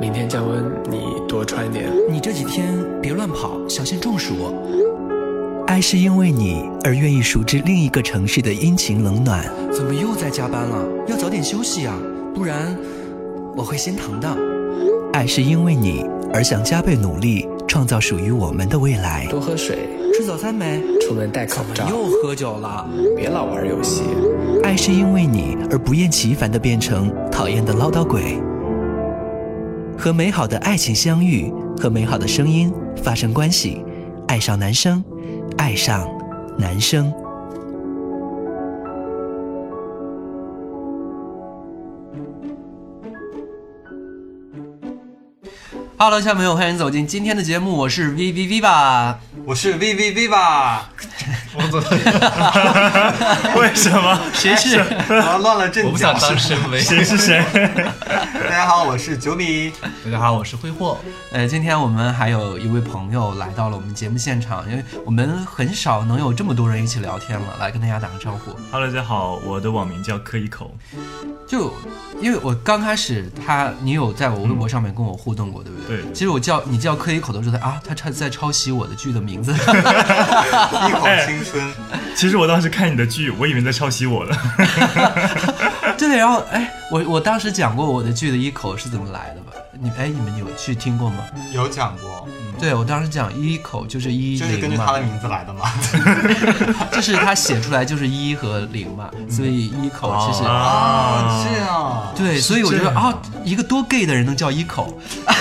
明天降温，你多穿点。你这几天别乱跑，小心中暑。爱哎是因为你而愿意熟知另一个城市的阴晴冷暖。怎么又在加班了？要早点休息啊，不然我会心疼的。爱哎是因为你而想加倍努力，创造属于我们的未来。多喝水，吃早餐没？出门戴口罩，又喝酒了。别老玩游戏。爱是因为你而不厌其烦的变成讨厌的唠叨鬼。和美好的爱情相遇，和美好的声音发生关系，爱上男生，爱上男生。 Hello，小朋友，欢迎走进今天的节目，我是 V V V 吧。我是 V V V 吧，我走，为什么？谁是？我要乱了阵脚。 我不想当神 威。谁是谁？大家好，我是九米。大家好，我是挥霍。呃，今天我们还有一位朋友来到了我们节目现场，因为我们很少能有这么多人一起聊天了，来跟大家打个招呼。 Hello，大家好，我的网名叫柯一口，就因为我刚开始他，你有在我微博上面跟我互动嗯过，对不对？对其实我叫你叫柯一口的时候，他啊，他抄在抄袭我的剧的 名字。一口青 春，其实我当时看你的剧，我以为你在抄袭我了。 对，然后哎，我我当时讲过我的剧的一口是怎么来的吧？你哎，你们有去听过吗？有讲过，对我当时讲一口就是一就是根零 据他嘛的，名字来的 嘛。就是他写出来就是一和零嘛，所以一口其实。啊，这样。对，所以我觉得啊，一个多 gay 的人能叫一口，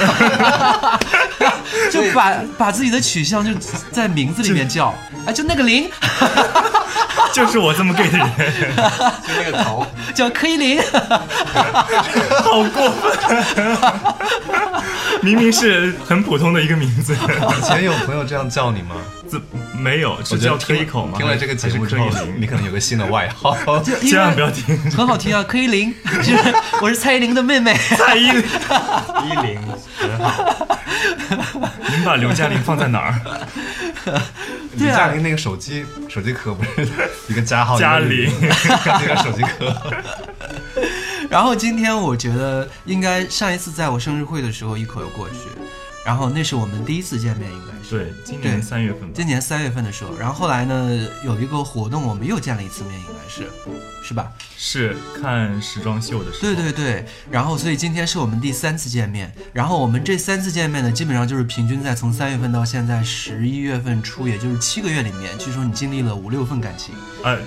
就把把自己的取向就在名字里面叫，哎，就那个零就是我这么 gay 的 人，就那个头，叫柯一零，好过分！ 明明是很普通的一个名字， 以前有朋友这样叫你吗？怎没有我是觉叫得柯听一口吗？听了这个节目之后还是柯 一，你可能有个新的外号。因为千万不要听很好听啊，柯一零，就是我是蔡依林的妹妹， 蔡依林，一零，你们把刘嘉玲放在哪 儿？李对啊佳玲那个手机手机壳不是一个加号，嘉一玲个一个手机壳。然后今天我觉得应该上一次在我生日会的时候一口又过去，然后那是我们第一次见面，应该是对，今对年三月份吧今。年三月份的时候。然后后来呢，有一个活 动我们又见了一次面，应该是是吧？是看时装秀的时候，对对对。然后所以今天是我们第三次见面，然后我们这三次见面呢，基本上就是平均在从三月份到现在十一月份初，也就是七个月里面，据说你经历了五六份感情，哎，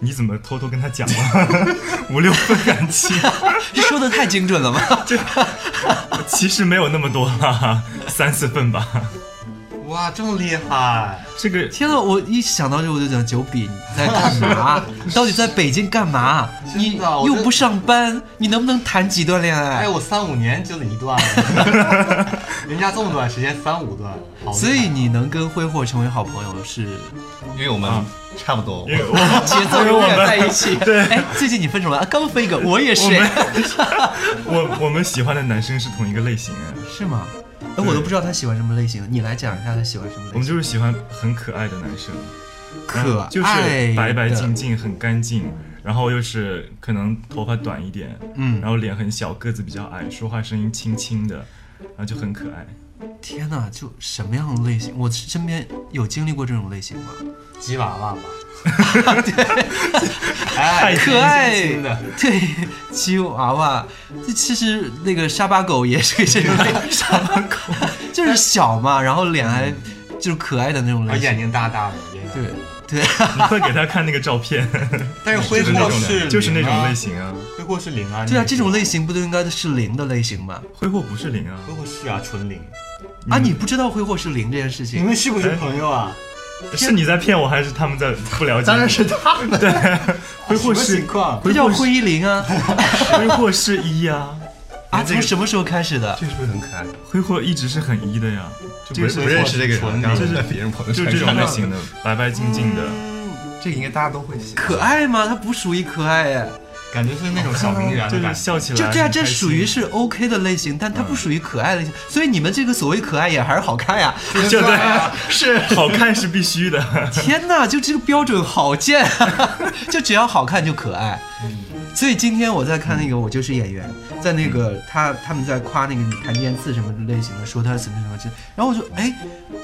你怎么偷偷跟他讲了 五六份感 情？说的太精准了吗？ 其实没有那么多啦，三四份吧。 哇，这么厉害！这个天呐，我一想到这我就想，九比你在干 嘛？你到底在北京干嘛？真的你啊我又这不上班，你能不能谈几段恋爱哎，？我三五年就一段， 人家这么短时间三五段，好厉害所以你能跟挥霍成为好朋友是因为我们差不多因，为我节奏永远在一 起。对，哎，最近你分手了，啊刚分一个，我也是，我我们喜欢的男生是同一个类型 哎， 是吗？哎，我都不知道他喜欢什么类型，你来讲一下他喜欢什么我类们型。就是喜欢很可爱的男生，可嗯就是爱的白白净净，很干净，然后又是可能头发短一点，嗯然后脸很小，个子比较矮，说话声音轻轻的，然后就很可爱。 天呐，就什么样的类型？我身边有经历过这种类型吗？吉娃娃吧。 哎，可爱 轻轻的，对，吉娃娃，这其实那个沙巴狗也是这种类，沙巴狗就是小嘛，然后脸还就是可爱的那种我类眼型。睛大大的，也有对对，你快给他看那个照片， 但是挥就是那霍种是就是那零种啊类，型啊。挥霍是零啊。对啊，你这种类型不都应该是零的类型吗？挥霍不是零啊，挥霍是啊，纯零。啊，你不知道挥霍是零这件事你情，们是不是朋友啊？是你在骗我还是他们在不了解？当然是他们。对， 哎挥霍什么是情况？这叫挥一零啊挥霍是一啊，啊！从什么时候开始的？这是不是很可爱？挥霍一直是很一的呀，就不这个不认识这个人，纯刚刚纯在别人朋友就圈这种看到类型的，白白净净的。这个应该大家都会喜欢。可爱吗？它不属于可爱哎，感觉是那种小名媛就的是感觉。笑起来就很开心。对啊，这属于是 OK 的类型，但它不属于可爱类型，所以你们这个所谓可爱也还是好看呀！就 对，是好看是必须的。啊 天哪，就这个标准好贱，就只要好看就可爱。所以今天我在看那个《我就是演员》，在那个他他们在夸那个你谈剑刺什么类型的，说他什么什么，然后我就哎，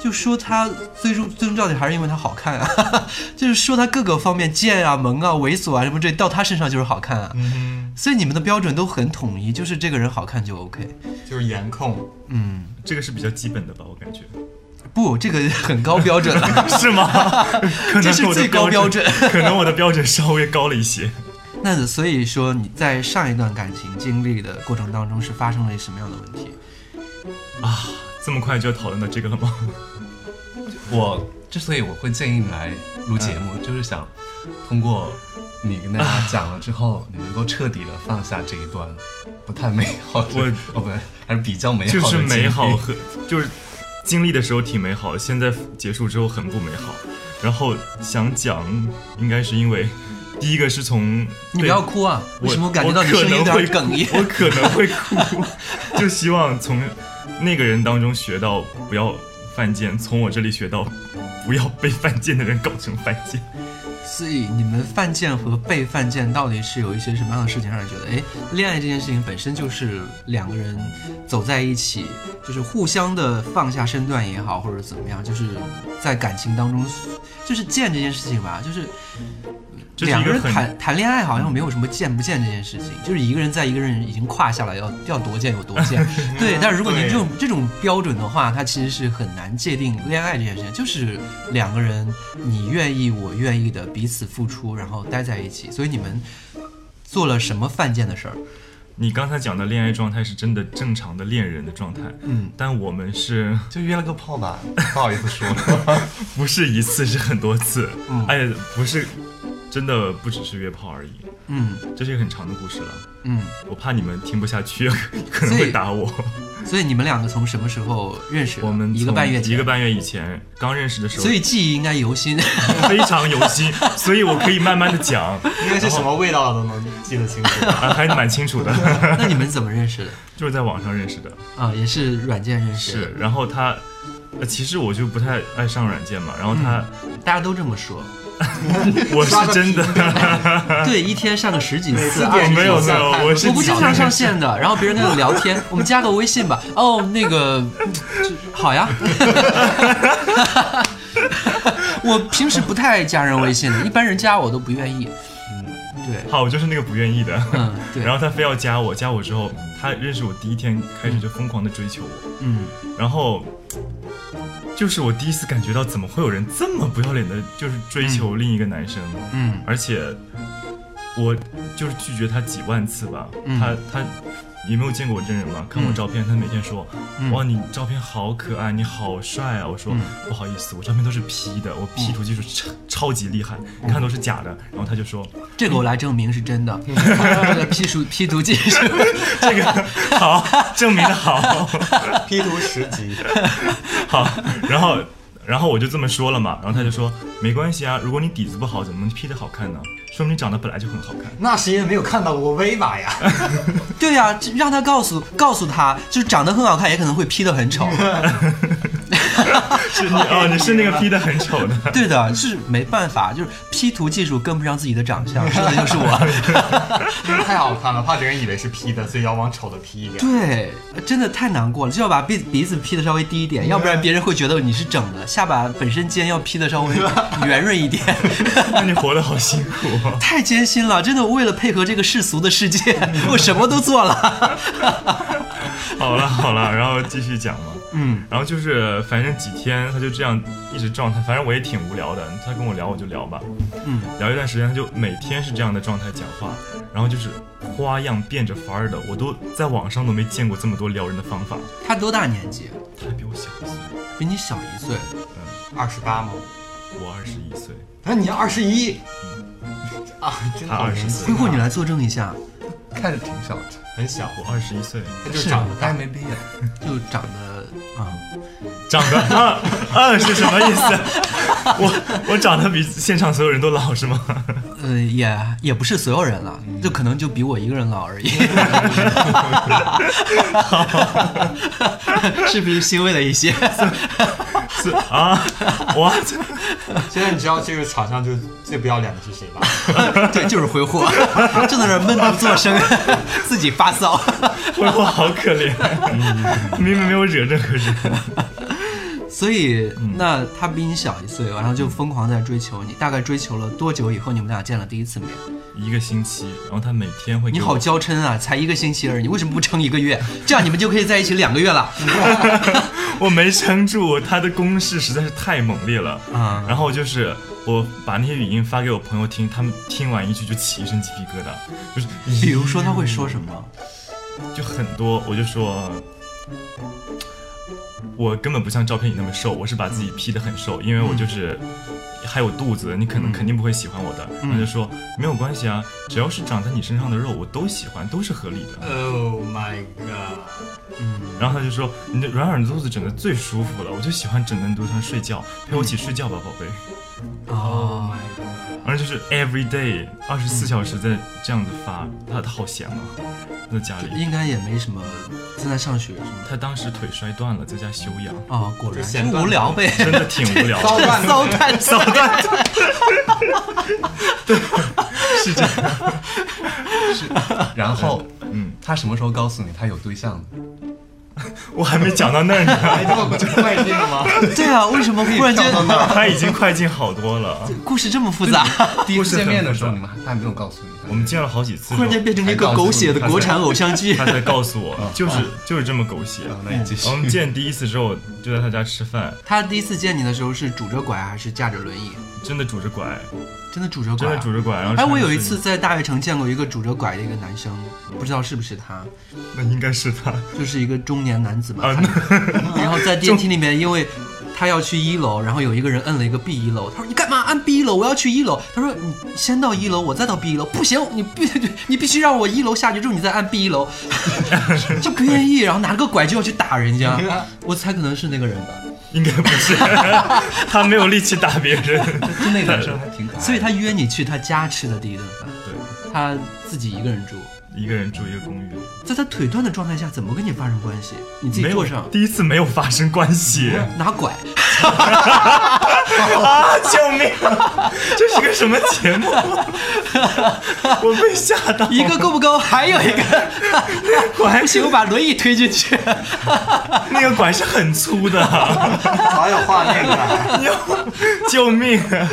就说他最终最终到底还是因为他好看啊， 就是说他各个方面贱啊、萌啊、猥琐啊什么这，到他身上就是好看啊。嗯所以你们的标准都很统一，就是这个人好看就 OK。哼，就是颜控，嗯，这个是比较基本的吧，我感觉不，这个很高标准了。是吗？ 可这能是我的最高标准，可能我的标准稍微高了一些。那所以说你在上一段感情经历的过程当中是发生了什么样的问题？这么快就要讨论到这个了吗？我之所以我会建议你来录节目，嗯就是想通过你跟大家讲了之后，你能够彻底的放下这一段不太美好的，我哦不，还是比较美好的 就是经历美 好和就是经历的时候挺美好，现在结束之后很不美好。然后想讲，应该是因为第一个是从你不要哭啊！我为什么我感觉到你我可声音有能点会哽咽？我可能会哭，就希望从那个人当中学到不要犯贱，从我这里学到不要被犯贱的人搞成犯贱。 所以你们犯贱和被犯贱到底是有一些什么样的事情让你觉得，哎，恋爱这件事情本身就是两个人走在一起，就是互相的放下身段也好，或者怎么样，就是在感情当中，就是贱这件事情吧，就是这是一两个个人很谈谈恋爱好像没有什么贱不贱这件事情，就是一个人在一个人已经跨下来要要多贱有多 贱，嗯对。但是如果您这种这种标准的话，它其实是很难界定恋爱这件事情，就是两个人你愿意我愿意的彼此付出，然后待在一起。所以你们做了什么犯贱的事儿？你刚才讲的恋爱状态是真的正常的恋人的状态，嗯，但我们是就约了个炮 吧，不好意思说了，不是一次是很多次，嗯哎，不是真的不只是约炮而已，嗯这是一个很长的故事了。嗯。我怕你们听不下去， 可能会打我。所以你们两个从什么时候认识的？我们一个从半月前，一个半月以前刚认识的时候，所以记忆应该犹新。 非常有心，所以我可以慢慢的讲，应该是什么味道都能记得清楚。 啊，还 蛮清楚的，那你们怎么认识的？ 就是在网上认识的。啊，也是软件认识的。是，然后他，呃，其实我就不太爱上软件嘛，然后他，大家都这么 说。我是真的，对，一天上个十几次。我 没有没有，我是我不经讲常上线的，然后别人跟我聊天，我们加个微信吧。哦，那个，嗯就好呀。 我平时不太加人微信的，一般人加我都不愿意。嗯，对，好，我就是那个不愿意的。 嗯，对，然后他非要加我，加我之后，他认识我第一天开始就疯狂的追求我，嗯，然后就是我第一次感觉到怎么会有人这么不要脸的，就是追求另一个男生，嗯，而且我就是拒绝他几万次吧，嗯他他。你没有见过我真人吗？看我照片，他每天说：“嗯哇，你照片好可爱，你好帅啊！”我说：“不好意思，我照片都是 P 的，我 P 图技术超超级厉害，嗯你看都是假的。”然后他就说：“这个我来证明是真的。 这个 P 图 P 图技术， 这 个好，证明的好， P 图十级，好。然后，然后我就这么说了嘛，然后他就说没关系啊，如果你底子不好，怎么能 P 的好看呢？说明你长得本来就很好看。那是因为没有看到过 Viva 呀。对呀、这让他告诉告诉他，就是长得很好看，也可能会 P 的 很丑。是你哦，你是那个 P 的很丑的。对的，是没办法，就是 P 图技术跟不上自己的长相，说的就是我。 因为太好看了，怕别人以为是 P 的，所以要往丑的 P 一点。对，真的太难过了，就要把鼻鼻子 P 的稍微低一点，要不然别人会觉得你是整的。下巴本身尖要 P 的稍微圆润一点， 那你活得好辛苦、哦。太艰辛了，真的。为了配合这个世俗的世界，我什么都做了。好了好了，然后继续讲嘛。嗯，然后就是反正几天他就这样一直状态，反正我也挺无聊的，他跟我聊我就聊吧。嗯，聊一段时间，他就每天是这样的状态讲话，然后就是花样变着法儿的，我都在网上都没见过这么多撩人的方法。他多大年纪？啊他比我小一岁，比你小一岁。二十八吗？我二十一岁，那你二十一啊，真的他好二十年轻啊岁挥，霍，你来作证一下，看着挺小的，很小，我二十一岁，他就长得还大。没毕业。就长得啊、长得啊啊是什么意思？ 我我长得比现场所有人都老是吗？ 呃，也也不是所有人了，就可能就比我一个人老而已。 是不是欣慰了一些？是啊，我现在你知道这个场上就最不要脸的是谁吧？ 对，就是挥霍，就在那儿闷不作声，自己发骚。我我好可怜， 明明没有惹任何人。所以，嗯那他比你小一岁，然后就疯狂在追求你。大概追求了多久以后，你们俩见了第一次面？一个星期，然后他每天会给你我好娇嗔啊，才一个星期而已，为什么不撑一个月？这样你们就可以在一起两个月 了。 我没撑住，他的攻势实在是太猛烈了。啊然后就是我把那些语音发给我朋友听，他们听完一句就起一身鸡皮疙瘩，就是比如说他会说什么？就很多，我就说。我根本不像照片里那么瘦，我是把自己 P 的很瘦，因为我就是嗯还有肚子，你可能肯定不会喜欢我的。他就说没有关系啊，只要是长在你身上的肉，我都喜欢，都是合理的。 Oh my god！然后他就说你的软软的肚子整的最舒服了，我就喜欢枕在你肚子上睡觉，陪我一起睡觉吧，宝贝。哦，而就是 every day 二十四小时在这样子发，他他好闲啊，在家里。应该也没什么，正在上学是吗？他当时腿摔断了，在家休养，哦，果然就是闲无聊呗，真的挺无聊 骚 的。乱骚蛋骚蛋。然后嗯，他什么时候告诉你他有对象的？我还没讲到那儿呢，哎， 这么快进了吗？对啊，为什么忽 然间他已经快进好多了。故事这么复杂？第一故事次很见面的复时候，杂你们还他还没有告诉你他。我们见了好几次忽之后，然间变成了一个狗血的国产偶像剧他。才告诉我， 就是就是这么狗血。啊，那你继续我。们见第一次之后，就在他家吃饭，他第一次见你的时候是拄着拐还是驾着轮椅？真的拄着拐，真的拄着拐、真啊，的拄着拐。然后哎，穿我着有一睡次在大悦城见过一个拄着拐的一个男生，不知道是不是他，衣，那应该是他。就是一个中年男子嘛。啊他然后在电梯里面，因为他要去一楼，然后有一个人摁了一个 B 一楼，他说你干嘛按 B 一楼？我要去一楼。他说你先到一楼，我再到 B 一楼，不行，你必 你必须让我一楼下去之后你再按 B 一楼， 就不愿意，然后拿个拐就要去打人家，我猜可能是那个人吧。应该不是， 他没有力气打别人。就那个男生还挺可爱的，所以他约你去他家吃的第一顿饭，对，他自己一个人住。一个人住一个公寓，在他腿断的状态下，怎么跟你发生关系？你自己没坐有上，第一次没有发生关系拿拐，啊！救命！啊这是个什么 节目？我被吓到，一个够不够？还有 一个，我还行，我把轮椅推进去。那个拐是很粗的，好有画面感！救命！啊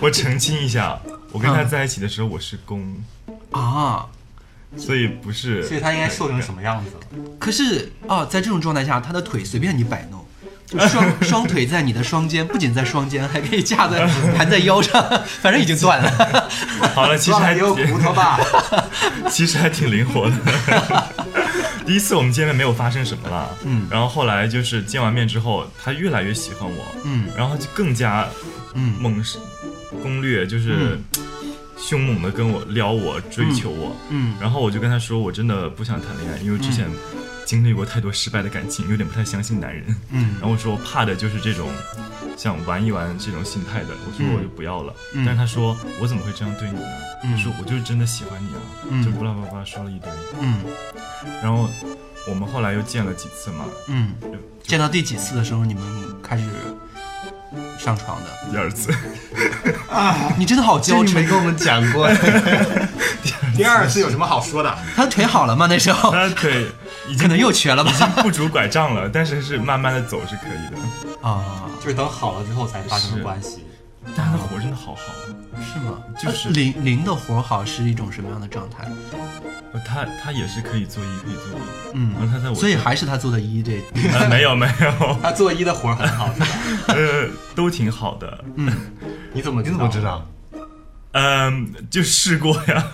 我澄清一下，我跟嗯他在一起的时候我是公， 啊，所以不是。所以他应该瘦成什么样子？可是啊，在这种状态下，他的腿随便你摆弄。就 双双腿在你的双肩，不仅在双肩，还可以架在盘在腰上， 反正已经断了。 好了，其实断了还也有骨头 吧？其实还挺灵活的。 第一次我们见面没有发生什么啦，嗯，然后后来就是见完面之后，他越来越喜欢我，嗯，然后就更加，嗯猛是攻略就是凶猛的跟我撩我追求我，嗯，然后我就跟他说我真的不想谈恋爱，因为之前经历过太多失败的感情，有点不太相信男人，嗯，然后我说我怕的就是这种想玩一玩这种心态的，我嗯说我就不要了，但是他说我怎么会这样对你呢？他说我就是真的喜欢你啊，就巴拉巴拉巴拉说了一堆，嗯然后我们后来又见了几次嘛，嗯，就见到第几次的时候，你们开始上床的？第 二次，你真的好娇嗔，跟我们讲过，第二次有什么好说的？他腿好了吗？那时 候他的腿已哦可经能又瘸了吧？不拄拐杖了，但是是慢慢的走是可以 的。啊，就是等好了之后才发生是关 系。但他的活真的好好，是吗？就是呃零零的活好是一种什么样的状态？呃他他也是可以做一可以做一，嗯然后他在我所以还是他做的一这， 呃没有没有， 他做一的活儿很好，是吧？呃都挺好的，嗯你怎么你怎么知？道？嗯、就试过呀，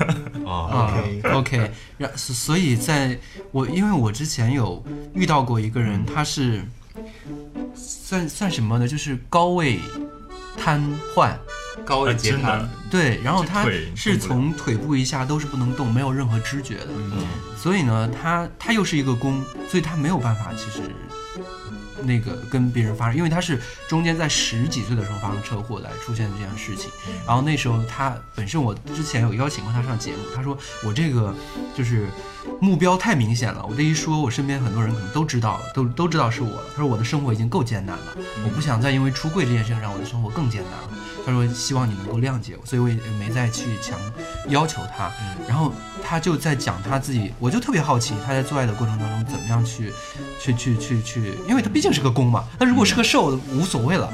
哦，啊 OK，然所所以在我因为我之前有遇到过一个人，他是算算什么呢？就是高位瘫痪，高位呃截真的瘫，，对，然后这他腿是动不从腿部以下都是不能动，没有任何知觉的。嗯所以呢，他他又是一个弓，所以他没有办法其实那个跟别人发生，因为他是中间在十几岁的时候发生车祸来出现这样的事情，然后那时候他本身我之前有邀请过他上节目，他说我这个就是目标太明显了，我这一说，我身边很多人可能都知道了，都都知道是我了。他说我的生活已经够艰难了，我不想再因为出柜这件事情让我的生活更艰难了。他说希望你能够谅解我，所以我也没再去强要求他。然后他就在讲他自己，我就特别好奇他在做爱的过程当中怎么样去，去去去去，因为他毕竟是个公嘛，他如果是个受无所谓了。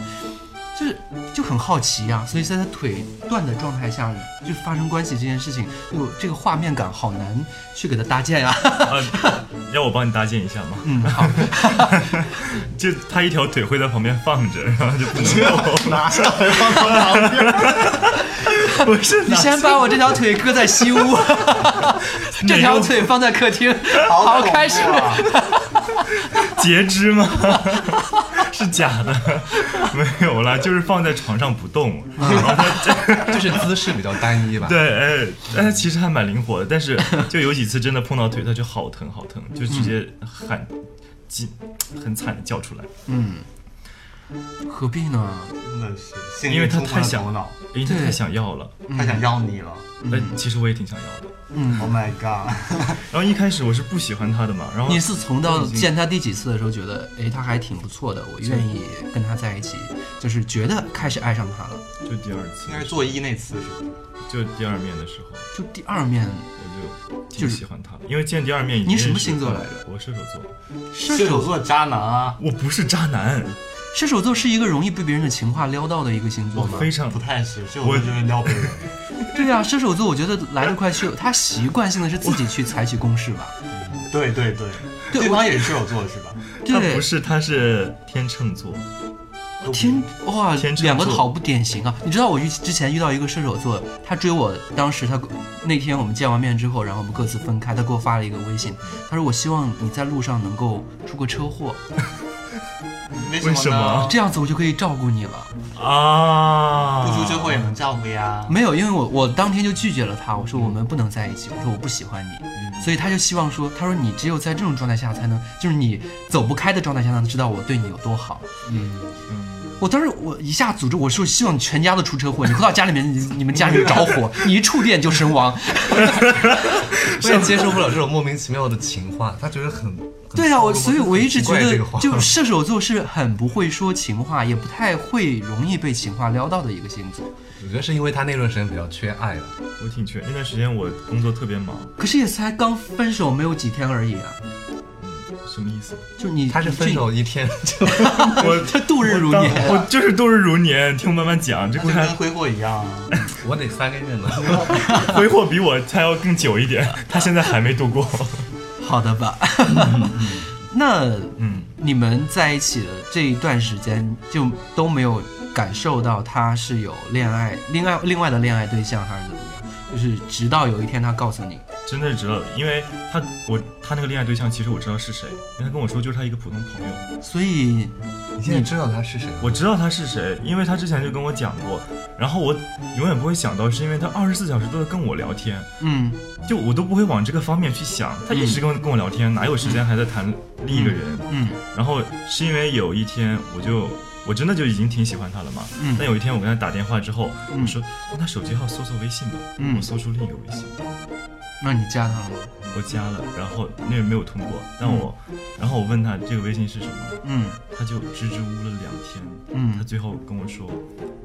就是就很好奇呀、所以在他腿断的状态下呢，就发生关系这件事情，就这个画面感好难去给他搭建呀、 啊，要我帮你搭建一下吗？嗯，好， 就他一条腿会在旁边放着，然后就不能动。拿上来放到旁边， 不是 你先把我这条腿搁在西屋， 这条腿放在客 厅，好好开始。啊！截肢吗？ 是假的，没有啦，就是放在床上不动。嗯就是姿势比较单一吧。对，哎，但是其实还蛮灵活的，但是就有几次真的碰到腿，它就好疼好疼，就直接喊，几很惨的叫出来，嗯，何必呢？真的是，因为它太想想头脑，，因为它对太想要了。嗯他想要你了。但其实我也挺想要的。 Oh my god！然后一开始我是不喜欢他的嘛，然后你是从到见他第几次的时候觉得，哎，他还挺不错的，我愿意跟他在一起，就是觉得开始爱上他了。就第二次应，该是做医那次是吧？就第二面的时候，就第二面，我就就挺是喜欢他，因为见第二面已经您什么认识星座他来着了？我射手座，射射手手座渣男啊，我不是渣男，射手座是一个容易被别人的情话撩到的一个星座我吗？非常不太是，就我我就是撩别人。对啊，射手座我觉得来得快去，他习惯性的是自己去采取攻势吧。对对对，对对我 方也是射手座是吧？他对不，是，他是天秤座，天哇嗯天，秤两个座好不典型啊！你知道我遇之前遇到一个射手座，他追我，当时他那天我们见完面之后，然后我们各自分开，他给我发了一个微信，他说我希望你在路上能够出个车祸，为为什什呢么？这样子我就可以照顾你了。啊，不出车祸也能啊照顾呀。没有，因为我我当天就拒绝了他，我说我们不能在一起，我说我不喜欢你，所以他就希望说，他说你只有在这种状态下才能，就是你走不开的状态下才能知道我对你有多好。嗯，我当时我一下诅咒我说希望全家都出车祸，你回到家里面，你你们家里面着火，你一触电就身亡。我也接受不了这种莫名其妙的情话，他觉得很。很对啊，我很所以我一直觉很奇怪得这个话，就射手座是很不会说情话，也不太会容易被情话撩到的一个星座。我觉得是因为他那段时间比较缺爱了。我挺缺那段时间我工作特别忙，可是也才刚分手没有几天而已啊，嗯什么意 思？就你他是分，手一天 就我他度日如年。啊当我就是度日如年，听我慢慢讲，这那故就事跟挥霍一样啊，我得三个月呢。 挥霍比我还要更久一点，他现在还没度 过。好的吧？ 那嗯，你们在一起的这一段时间，就都没有感受到他是有恋爱、另外另外的恋爱对象，还是怎么样？就是直到有一天他告诉你，真的知道，因为他我他那个恋爱对象，其实我知道是谁，因为他跟我说就是他一个普通朋友，所以你现在知道他是谁了？我知道他是谁，因为他之前就跟我讲过，然后我永远不会想到是因为他二十四小时都在跟我聊天，嗯，就我都不会往这个方面去想，他一直跟我跟我聊天，哪有时间还在谈另一个人？嗯，然后是因为有一天我就。我真的就已经挺喜欢他了嘛，嗯但有一天我跟他打电话之后，嗯我说用他手机号搜搜微信吧，嗯我搜出另一个微信，那你加他了吗？我加了，然后那人没有通过，但我，然后我问他这个微信是什么，嗯他就支支吾吾了两天，他嗯最后跟我说，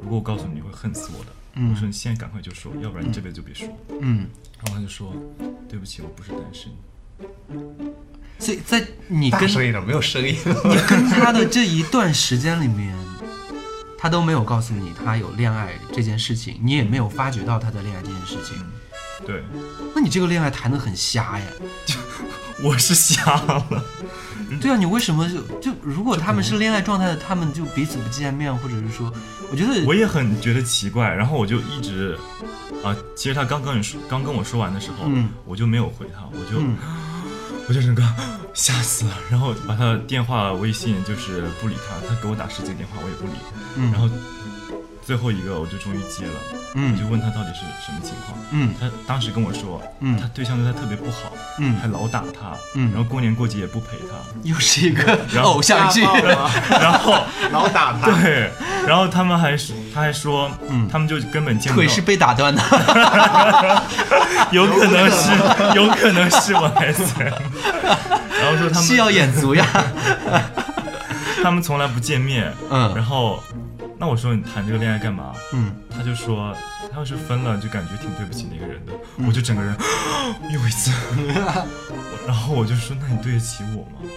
如果我告诉你，你会恨死我的。嗯我说你现在赶快就说，要不然你这辈子就别说。嗯，然后他就说，对不起，我不是单身。所以在你大跟声一点，没有声音。你跟他的这一段时间里面，他都没有告诉你他有恋爱这件事情，你也没有发觉到他的恋爱这件事情，对，那你这个恋爱谈得很瞎呀。我是瞎了。对啊，你为什么就就如果他们嗯是恋爱状态的，他们就彼此不见面，或者是说，我觉得我也很觉得奇怪，然后我就一直，啊、其实他刚跟你说，刚跟我说完的时候，嗯我就没有回他，我就，嗯我就整个吓死了，然后把他的电话、微信就是不理他，他给我打十几个电话我也不理，嗯然后最后一个我就终于接了，嗯我就问他到底是什么情况，嗯他当时跟我说，嗯他对象对他特别不好，嗯还老打他，嗯然后过年过节也不陪他，又是一个然后偶像剧， 然后老打他，对，然后他们还是他还说，嗯，他们就根本见不 腿到，是被打断的。有可能是，有可能是我还在， 然后说他们戏要演足呀。 他们从来不见面，嗯然后那我说你谈这个恋爱干嘛？嗯，他就说他要是分了，就感觉挺对不起那个人的，我就整个人 又一次，我然后我就说那你对得起我吗？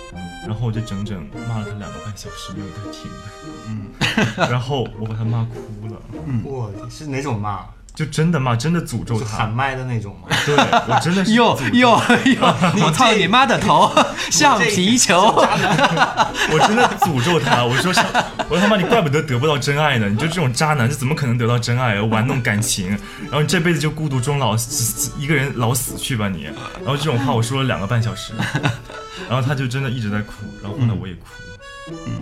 然后我就整整骂了他两个半小时没有在停的， 嗯，然后我把他骂哭了，我天是哪种骂？就真的骂，真的诅咒就喊他，麦的那种吗？对我真 的是哟诅咒哟 哟！我操你妈的头，橡皮球！我真的诅咒他，我说像，我说他妈你怪不得得不到真爱呢，你就这种渣男，这怎么可能得到真爱啊？玩弄感情，然后你这辈子就孤独终老，死一个人老死去吧你。然后这种话我说了两个半小时，然后他就真的一直在哭，然后后来我也哭了，嗯，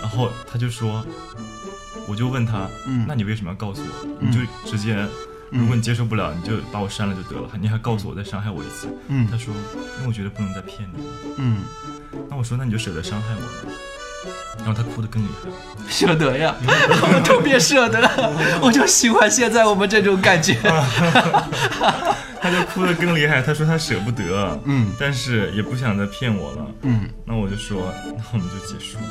然后他就说，我就问他，嗯，那你为什么要告诉我？你就直接。如果你接受不了，你就把我删了就得了，你还告诉我再伤害我一次。嗯，他说，因为我觉得不能再骗你了。嗯，那我说，那你就舍得伤害我吗？然后他哭得更厉害，舍 得呀，我特别舍得，我就喜欢现在我们这种 感觉。他就哭得更厉害。他说他舍不得，嗯，但是也不想再骗我了，嗯。那我就说，那我们就结束吧。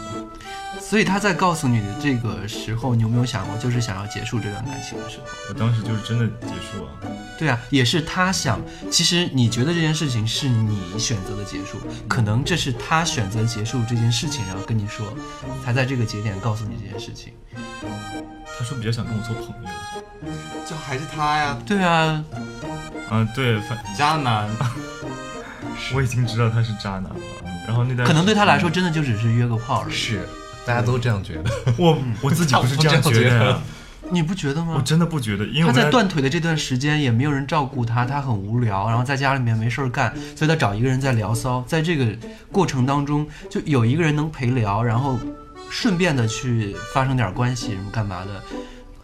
所以他在告诉你的这个时候，你有没有想过，就是想要结束这段感情的时候？我当时就是真的结束了，对啊，也是他想。其实你觉得这件事情是你选择的结束，可能这是他选择结束这件事情，然后跟你说，才在这个节点告诉你这件事情。他说比较想跟我做朋友，就还是他呀，对啊，啊，对，反渣男。我已经知道他是渣男了。然后那段可能对他来说，真的就只是约个炮而 已。是，大家都这样觉得。 我我自己不是这样觉得呀，你不觉得吗？我真的不觉得，因为嗯他我在断腿的这段时间也没有人照顾他，他很无聊，然后在家里面没事儿干，所以他找一个人在聊骚。在这个过程当中，就有一个人能陪聊，然后顺便的去发生点关系，什么干嘛的。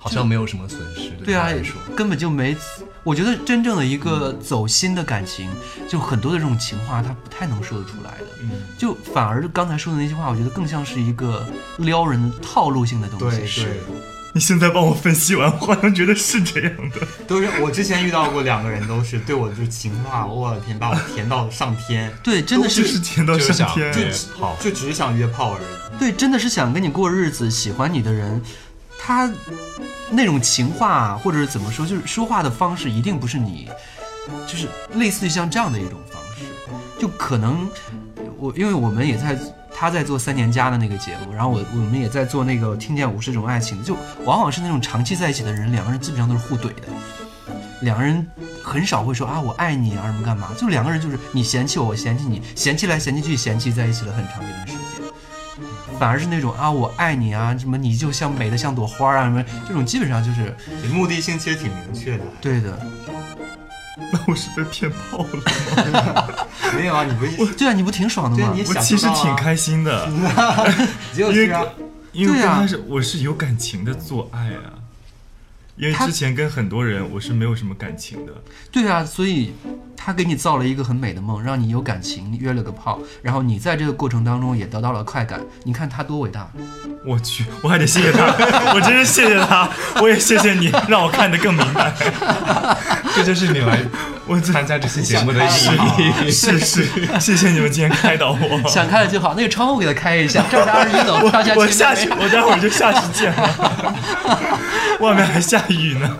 好像没有什么损失。对啊他来说，，根本就没。我觉得真正的一个走心的感情，就很多的这种情话，他不太能说得出来的。嗯就反而刚才说的那些话，我觉得更像是一个撩人的套路性的东对西。对，你现在帮我分析完，我好像觉得是这样的。都是我之前遇到过两个人，都是对我就是情话，我天，把我甜到上天，对，真的是就是甜到就是上想天，约炮，就只是想约炮而已。对，真的是想跟你过日子，喜欢你的人，他那种情话啊或者是怎么说，就是说话的方式一定不是你，就是类似于像这样的一种方式，就可能我因为我们也在他在做三年家的那个节目，然后我我们也在做那个听见五十种爱情，就往往是那种长期在一起的人，两个人基本上都是互怼的。两个人很少会说啊我爱你啊什么干嘛，就两个人就是你嫌弃我，我嫌弃你，嫌弃来嫌弃去，嫌弃在一起了很长一段时间。反而是那种啊，我爱你啊，什么你就像美的像朵花啊，什么这种基本上就是目的性其实挺明确的。对的。那我是被骗炮了。没有啊，你不是对 啊，你不挺爽的对吗你？我想其实不到啊挺开心的，只有因为这样，因为对跟啊他是、我是有感情的做爱啊，因为他之前跟很多人我是没有什么感情的，对啊，所以他给你造了一个很美的梦，让你有感情，约了个炮，然后你在这个过程当中也得到了快感。你看他多伟大！我去，我还得谢谢他，我真是谢谢他，我也谢谢你让我看得更明白， 这就是你来 我这参加这期节目的意想 义。是是，谢谢你们今天开导我，想开了就好，那个窗户给他开一 下，这儿是二十一楼，跳下去我下那去，边我待会儿就下去见了， 外面还下雨呢，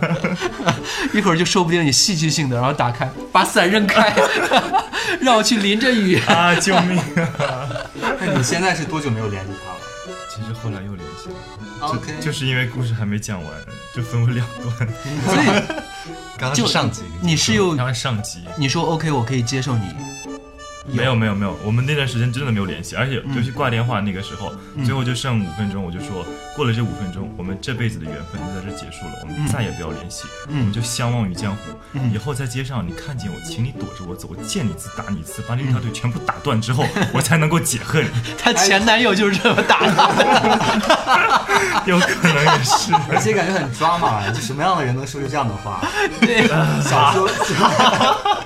一会儿就说不定你戏剧性的，然后打开，把伞扔开， 让我去淋着雨。啊，救命啊！那你现在是多久没有联系他了其实后来又联系了， ？OK，就就是因为故事还没讲完，就分为两段，所 以刚刚就是上集，你是有当然上集。你说 OK，我可以接受你，没有没有没有，我们那段时间真的没有联系，而且嗯尤其挂电话那个时候，最后就剩五分钟，我就说过了这五分钟，我们这辈子的缘分就在这结束了，我嗯们再也不要联系，我们就相忘于江湖。以后在街上你看见我，请你躲着我走，我见你一次打你一次，把你两条腿全部打断 之后，我才能够解恨。她前男友就是这么打她的。有可能也是，而且感觉很抓马，就什么样的人能说出这样的话？ 对，小说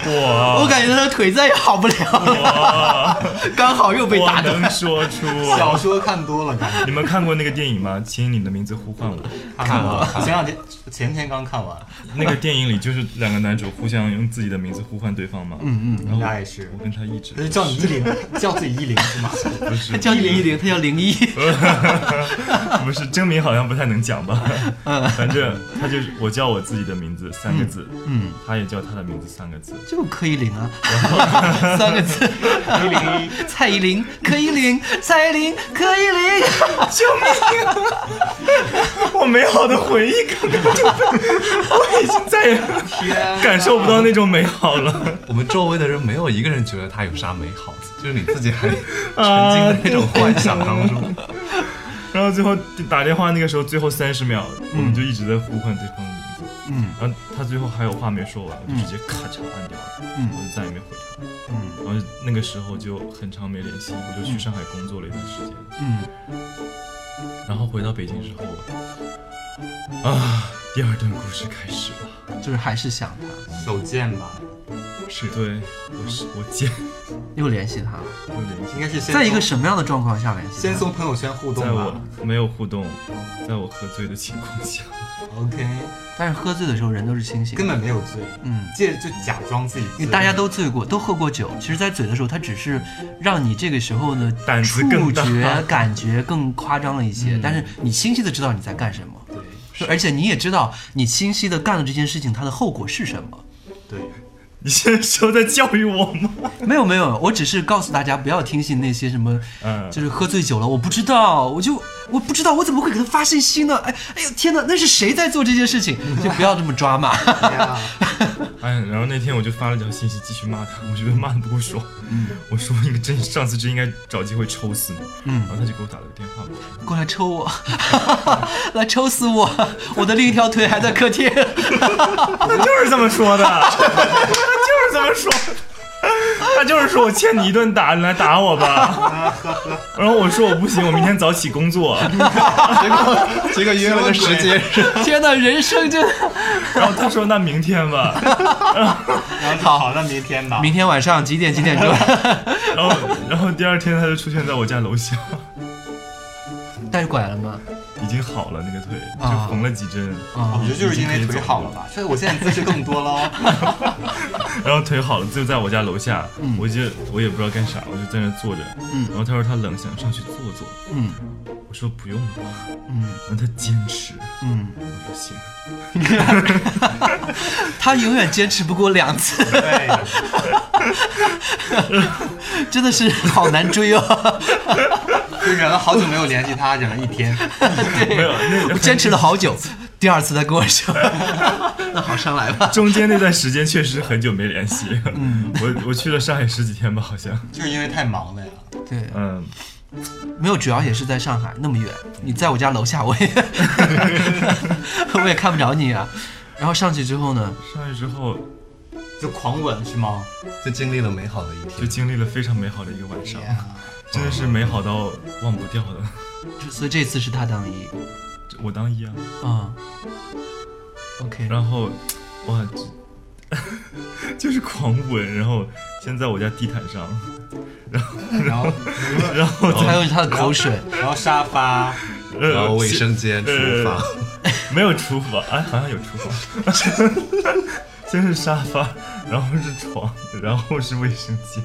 我 我感觉她的腿再也好不了了， 刚好又被打我断。能说出。小说看多了，感觉你们看过那个电影吗？请以你的名字呼唤我。看过。前两天前天刚看完，那个电影里就是两个男主互相用自己的名字呼唤对方嘛。嗯嗯，然后那也是我跟他一直哎不是叫你依林，叫自己依林是吗？不是她叫你一零，她叫零一。不是真名好像不太能讲吧？反正他就是我叫我自己的名字三个字，嗯，他也叫他的名字三个字。就柯以林 啊，三个字，蔡依林，柯以林，蔡依林，柯以林，救命！啊 我美好的回忆刚刚就被，我已经再也感受不到那种美好 了。我们周围的人没有一个人觉得他有啥美好，就是你自己还沉浸在那种幻想当中。啊嗯然后最后打电话那个时候，最后三十秒，我们就一直在呼唤对方的名字。嗯，然后他最后还有话没说完，嗯我就直接咔嚓按掉了。嗯，我就再也没回他。嗯，然后那个时候就很长没联系，我就去上海工作了一段时间。嗯，然后回到北京之后，啊，第二段故事开始了。就是还是想他，手贱吧，是对，我是我见又联系他了，有联系，应该是先在一个送什么样的状况下联系他？先从朋友圈互动在吧我。没有互动，在我喝醉的情况下， OK，但是喝醉的时候人都是清醒的，根本没有醉，嗯。借就假装自己醉。因为大家都醉过，都喝过酒。其实，在嘴的时候，它只是让你这个时候呢，胆子触更大嗯觉感觉更夸张了一些。但是你清晰的知道你在干什么，对而且你也知道你清晰的干了这件事情，它的后果是什么。对，你现在是在教育我吗？没有没有，我只是告诉大家不要听信那些什么，嗯就是喝醉酒了，我不知道，我就我不知道我怎么会给他发信息呢？哎哎呦天哪，那是谁在做这件事 情？就不要这么抓 嘛。哎呀，哎，然后那天我就发了条信息继续骂他，我觉得骂的不够爽。嗯，我说你个真，上次真应该找机会抽死你。嗯，然后他就给我打了个电话，过来抽我， 来抽死我！我的另一条腿还在客厅。他哦就是这么说的， 他就是这么说的。他就是说我欠你一顿打，你来打我 吧。然后我说我不行，我明天早起工作。结果约了个时间，天哪，人生真的……然后他说那明天吧。 然后就好，那明天吧。 明天晚上几点？几点钟？然后然后第二天他就出现在我家楼下，但是拐了吗？已经好了那个腿，啊就缝了几针。啊我觉得就是因为腿好了吧，所以我现在姿势更多了。然后腿好了，就在我家楼下，嗯我就我也不知道干啥，我就在那坐着。然后他说他冷，想上去坐坐。嗯我说不用了。然后他坚持。嗯，我说行。他永远坚持不过两次， 对，真的是好难追 哦。就忍了好久没有联系他，忍了一天。没有，那 我坚持了好久，第二次他跟我说，那好上来吧。中间那段时间确实很久没联系。嗯我我去了上海十几天吧，好像。就是因为太忙了呀。对，嗯，没有，主要也是在上海那么远，你在我家楼下，我也我也看不着你啊。然后上去之后呢，上去之后就狂吻是吗？就经历了美好的一就天。 经历了非常美好的一个晚上，啊真的是美好到忘不掉的。就所以这次是他当一，我当一啊，嗯，OK，然后哇，这就是 狂吻，然后先在我家地毯上。然后，然后还有他的口水，然后沙发，呃然后卫生间、厨房， 没有厨房，哎，好像有厨房， 先是沙发，然后是床，然后是卫生间，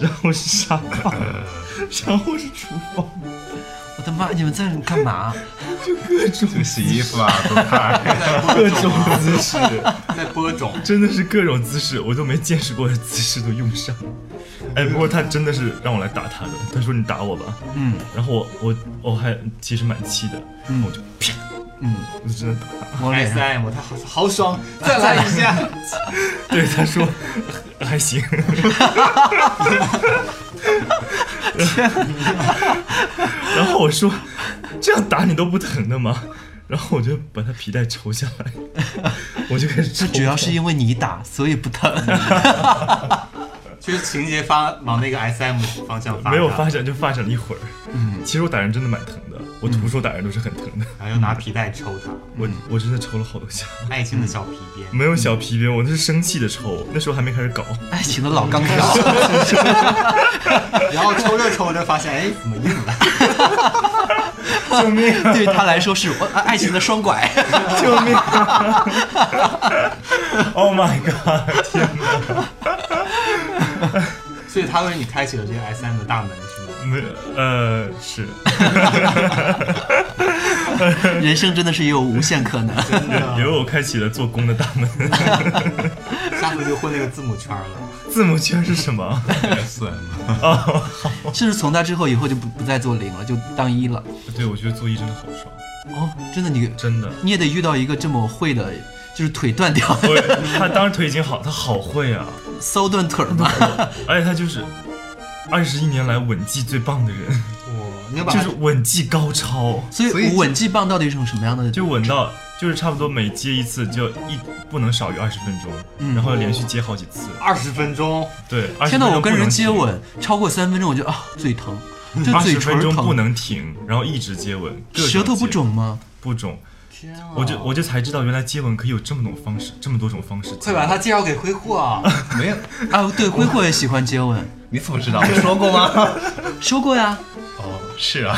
然后是沙发，然后是厨房，我的妈！你们在干嘛？啊就洗衣服啊、做菜，在各播种种啊，姿势，在播种。 真的是各种姿势，我都没见识过的姿势都用上。哎，不过他真的是让我来打他的，他说你打我吧，嗯，然后我我我还其实蛮气的，然后我就啪，嗯，我就真的打他。往脸 S 上 M，他好好爽，再来一下。对，他说还还行。然后我说：“这样打你都不疼的吗？”然后我就把他皮带抽下来，我就开始抽他。这主要是因为你打，所以不疼。就是情节发往那个 S M 方向发展，没有发展，就发展了一会儿。嗯，其实我打人真的蛮疼的，我徒手打人都是很疼的。嗯然后又拿皮带抽他，我我真的抽了好多下，爱情的小皮鞭。 没嗯有小皮鞭，我那是生气的抽，那时候还没开始 搞。爱情的老钢条，然后抽着抽着发现，哎，怎么硬了？对于他来说是我爱情的双拐。救命、o h my god！所以他为你开启了这个 S M 的大门，是吗？没呃是，人生真的是有无限可能。真也的，为我开启了做工的大门。下次就混那个字母圈了。字母圈是什 么？哦算了，甚至从他之后，以后就不不再做零了，就当一了。对，我觉得做医真的好爽，哦，真的你真的。你也得遇到一个这么会的，就是腿断掉的我他当时腿已经好，他好会啊！ 骚断腿儿嘛。而且他就是二十一年来吻技最棒的人，哇，你要把就它是吻技高超。 所所以以就吻技棒到底是种什么样的？就吻到，就是差不多每接一次就一不能少于二十分钟，然后连续接好几次。二十分钟，对，20天分哪！钟我不跟人能接停，吻超过三分钟，我就啊嘴 疼，就二嘴十唇分钟疼，不能停，然后一直接吻，各种舌头不接肿吗？不肿。天啊！我就我就才知道，原来接吻可以有这么多方式，这么多种方式。快 把它介绍给挥霍啊！没有，啊，对，挥霍也喜欢接吻，你怎么知道？我说过吗？说过呀。哦，是啊，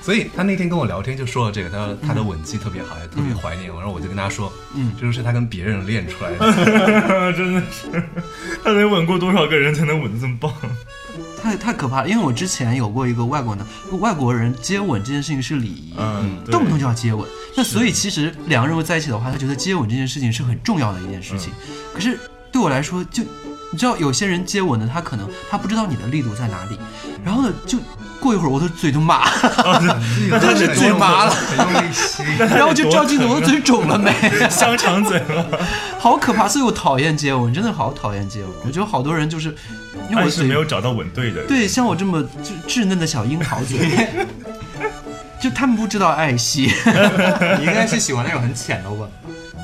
所以他那天跟我聊天就说了这个，他说他的吻技特别好，也特别怀念我，然后我就跟他说，嗯，这就是他跟别人练出来的，啊真的是，他得吻过多少个人才能吻得这么棒？ 太太可怕了，因为我之前有过一个外国男，外国人接吻这件事情是礼仪，嗯，对动不动就要接吻。那所以其实两个人如果在一起的话，他觉得接吻这件事情是很重要的一件事情。嗯可是对我来说，就你知道有些人接吻呢，他可能他不知道你的力度在哪里，嗯然后呢就过一会儿我的嘴 就麻，那他是嘴麻 了，很用力吸，然后就照镜子啊我的嘴 肿了没，啊香肠嘴哎了，好可怕。所以我讨厌接吻，真的好讨厌接吻。我觉得好多人就是因为我还是嘴没有找到吻对的人。对，像我这么稚稚嫩的小樱桃 嘴，就他们不知道爱惜。 你应该是喜欢那种很浅的吻吧？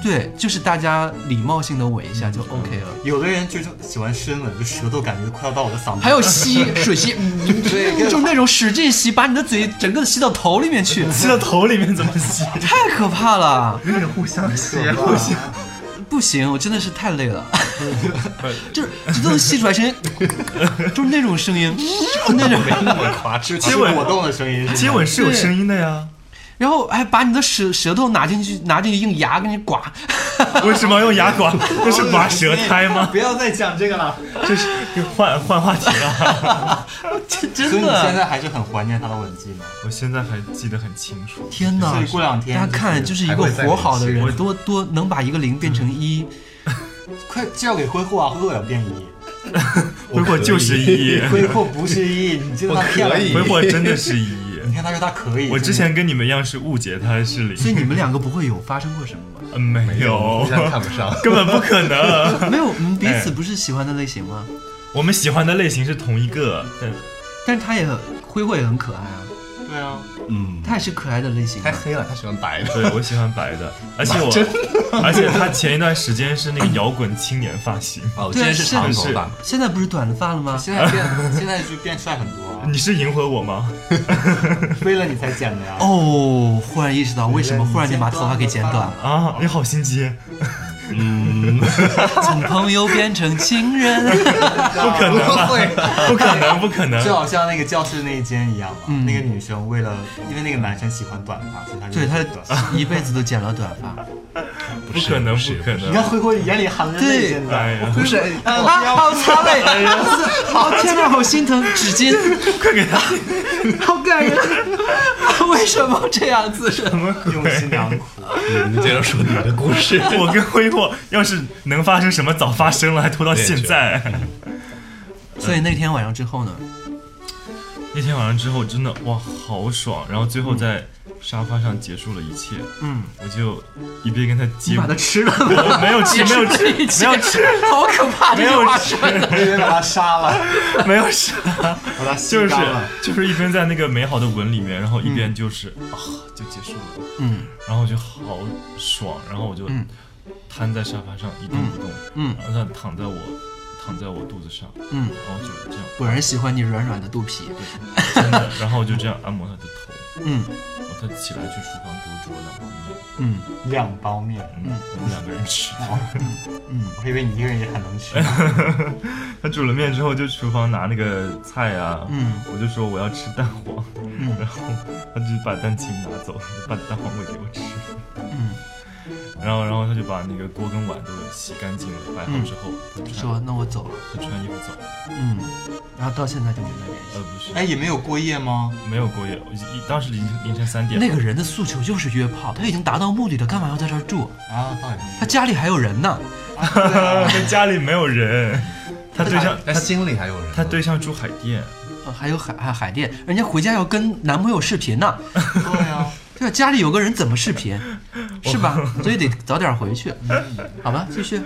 对，就是大家礼貌性的吻一嗯下就 OK 了。有的人就是喜欢深吻，就舌头感觉快要到我的嗓子。还有吸 水吸，嗯对，跟就是那种使劲吸，把你的嘴整个吸到头里面去，吸到头里面怎么吸？太可怕了！ 有点互相啊吸，不行， 不行，我真的是太累 了，就是这都能吸出来声音，就是那种声 音，那种。那么夸张，接吻果冻的声音是吗，接吻是有声音的 呀，然后还把你的舌舌头拿进去，拿进去用牙给你刮，为什么要用牙 刮？那是拔舌苔吗？不要再讲这个了。这是换换话题了。 所以真你现的。在还是很怀念他的吻技吗？我现在还记得很清楚，天哪！所以过两天大家看，就是一个活好的还人会，多多能把一个零变成一，快介绍给挥霍啊！挥霍有变异，挥霍就是一，挥霍不是一，你真的他骗了你挥。霍真的是一。你看他说他可以， 我之前跟你们一样是误解他是零，所以你们两个不会有发生过什么吗？呃没有互，相看不上，根本不可能。没有，你们彼此不是喜欢的类型吗？我们喜欢的类型是同一个，但但是他也很挥霍也很可爱啊，对啊，嗯，他也是可爱的类型太啊。黑了，他喜欢白的，对我喜欢白的，而且我，而且他前一段时间是那个摇滚青年发型。哦，我今天是长头发，现在不是短发了吗？现在变现在就变帅很多啊，你是迎合我吗？为了你才剪的呀。哦，忽然意识到为什么忽然间把头发给剪 短了，啊，你好心机，从朋友变成情人。 不可能啊，不可能，不可能。就好像那个教室那一间一样嘛，嗯那个女生为了因为那个男生喜欢短发，所以她就对，剪短发。他一辈子都剪了短发。 不可能，不可你看能。灰灰眼里含着泪，对真的。哎呀，不是， 啊，好擦泪！ 好天哪，好心疼，纸巾，快给他 好感人。啊为什么这样子？ 是吗？ 用心良苦，你们接着说你的故事，我跟挥霍要是能发生什么，早发生了，还拖到现在。所以那天晚上之后呢？那天晚上之后，真的哇，好爽！然后最后在沙发上结束了一切，嗯，我就一边跟他你接把它吃了吗？我没有吃，没有吃，没有吃，好可怕！这没句有话吃说的，直接把它杀了，没有吃，把它就吸是干了。就是一边在那个美好的吻里面，然后一边就是、啊就结束了，嗯，然后我就好爽，然后我就嗯瘫在沙发上一动不动，嗯然后他躺在我躺在我肚子上，嗯然后就这样，果然喜欢你软软的肚皮。对，真的，然后我就这样按摩他的头，嗯然后他起来去厨房给我煮了两包面，嗯，两包面，嗯，我们两个人吃，我以为你一个人也很能 吃。他煮了面之后就去厨房拿那个菜啊，嗯，我就说我要吃蛋黄，然后他就把蛋清拿走，把蛋黄喂给我吃，嗯，然后然后他就把那个锅跟碗都洗干净了，摆好之后，他穿嗯说那我走了。他穿衣服走了，嗯，然后到现在就没再联系呃。不是，哎，也没有过夜吗？没有过夜，我一当时凌晨凌晨三点，那个人的诉求就是约炮，他已经达到目的了，干嘛要在这儿住？啊，倒也没有他家里还有人呢。啊他家里没有人，他对象他心里还有人吗，他对象住海淀，呃还有海还有海淀，人家回家要跟男朋友视频呢。对啊，对吧？家里有个人怎么视频，是吧？所以得早点回去，嗯好吧？继续，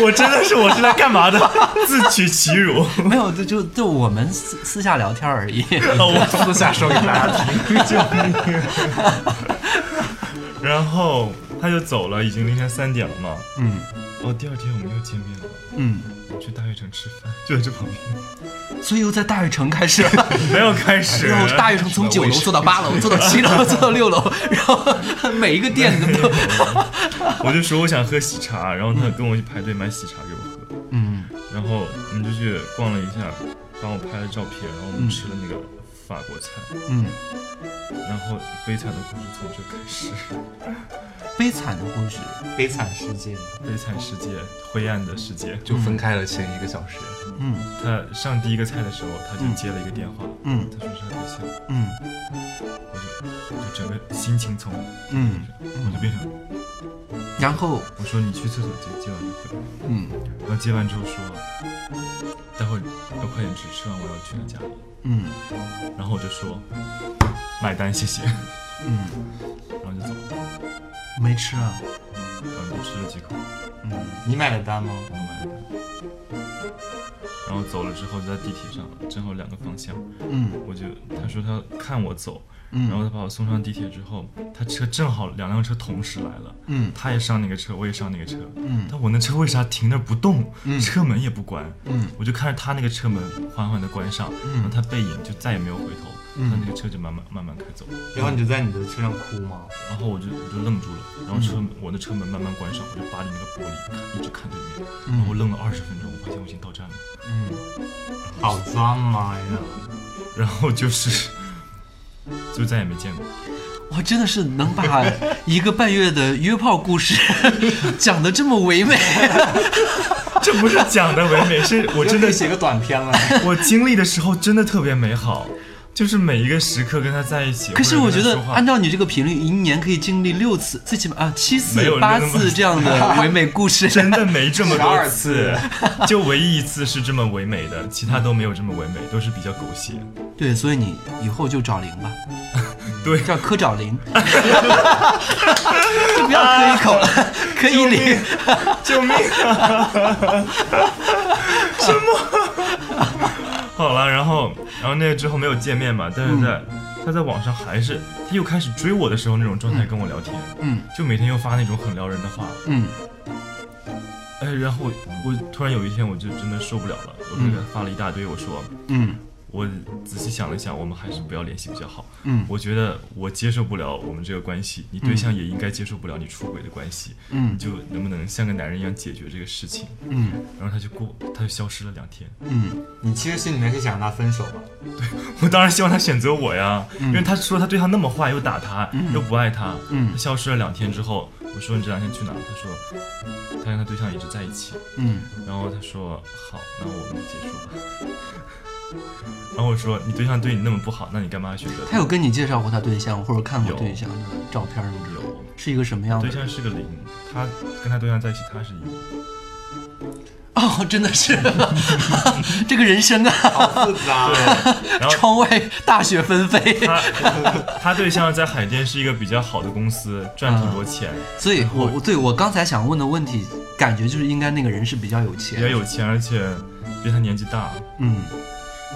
我真的是我是来干嘛的？自取其辱。没有，就就就我们私私下聊天而已。呃私下说给大家听。 然后他就走了，已经凌晨三点了嘛。嗯哦，第二天我们又见面了，嗯，我去大悦城吃饭，就在这旁边，所以又在大悦城开始了。 没有开始。然 后大悦城从九楼做到八楼，做到七楼，做到六楼，然后每一个店都我就说我想喝喜茶，然后他跟我去排队买喜茶给我喝，嗯然后我们就去逛了一下，帮我拍了照片，然后我们吃了那个法国菜，嗯，然后悲惨的故事从这开始，悲惨的故事。悲惨世界。悲惨世界，灰暗的世界。就分开了前一个小时，嗯他上第一个菜的时候，他就接了一个电话，嗯他说是他对象，嗯我就我就整个心情从嗯，我就变成然后我说你去厕所接接完就回来，嗯然后接完之后说，待会儿要快点吃，吃完我要去他家里，嗯然后我就说买单谢谢，嗯， 然后就走了，嗯没吃啊。然后就吃了几口，你买了单吗？然后买了单，然后走了之后就在地铁上，正好两个方向，嗯我就他说他看我走，嗯然后他把我送上地铁之后，他车正好两辆车同时来了，嗯他也上那个车，我也上那个车，嗯但我那车为啥停那儿不动，嗯车门也不关，嗯我就看着他那个车门缓缓的关上，然后他背影就再也没有回头，嗯他那个车就慢慢慢慢开走，然后你就在你的车上哭吗？然后我就我就愣住了，然后车、嗯我的车门慢慢关上，我就扒着那个玻璃看，一直看对面，嗯然后我愣了二十分钟，我发现我已经到站了，好抓马呀！然后就是 就再也没见过。 我真的是能把一个半月的约炮故事 讲得这么唯美，这不是讲的唯美， 是我真又可的以写个短篇了。我经历的时候真的特别美好，就是每一个时刻跟他在一起。可是我觉或者跟得他说话按照你这个频率，一年可以经历六次，最起码啊七没有那次、八么次这 样的唯美故事。 真的没这么多12次，就唯一一次是这么唯美的，其他都没有这么唯美，都是比较狗血。对，所以你以后就找零吧， 对，叫柯找 零，就不要磕一口了， 磕一零。救命啊！什么？好了，然后，然后那个之后没有见面嘛，但是在、嗯他在网上还是他又开始追我的时候那种状态跟我聊天，嗯就每天又发那种很撩人的话，嗯哎，然后我我突然有一天我就真的受不了了，我给他发了一大堆，我说嗯我仔细想了想，我们还是不要联系比较好。嗯我觉得我接受不了我们这个关系，你对象也应该接受不了你出轨的关系。嗯你就能不能像个男人一样解决这个事情？嗯然后他就过，他就消失了两天。嗯 你其实心里面是想让他分手吧？ 我当然希望他选择我呀，因为他说他对象那么坏，又打他，又不爱他。嗯他消失了两天之后，我说你这两天去哪？他说他跟他对象一直在一起。嗯然后他说好，那我们结束吧。 然后我说你对象对你那么不好，那你干嘛选择他有跟你介绍过他对象，或者看过有对象的照片什么之类的有，是一个什么样的对人？象是个零，他跟他对象在一起，他是一， 哦，真的是 这个人生啊，好复 杂。对，然后窗外大雪纷飞。 他他对象在海淀是一个比较好的公司，赚挺多钱，所以我，我对我刚才想问的问题，感觉就是应该那个人是比较有比较钱，有钱，而且比他年纪大。嗯，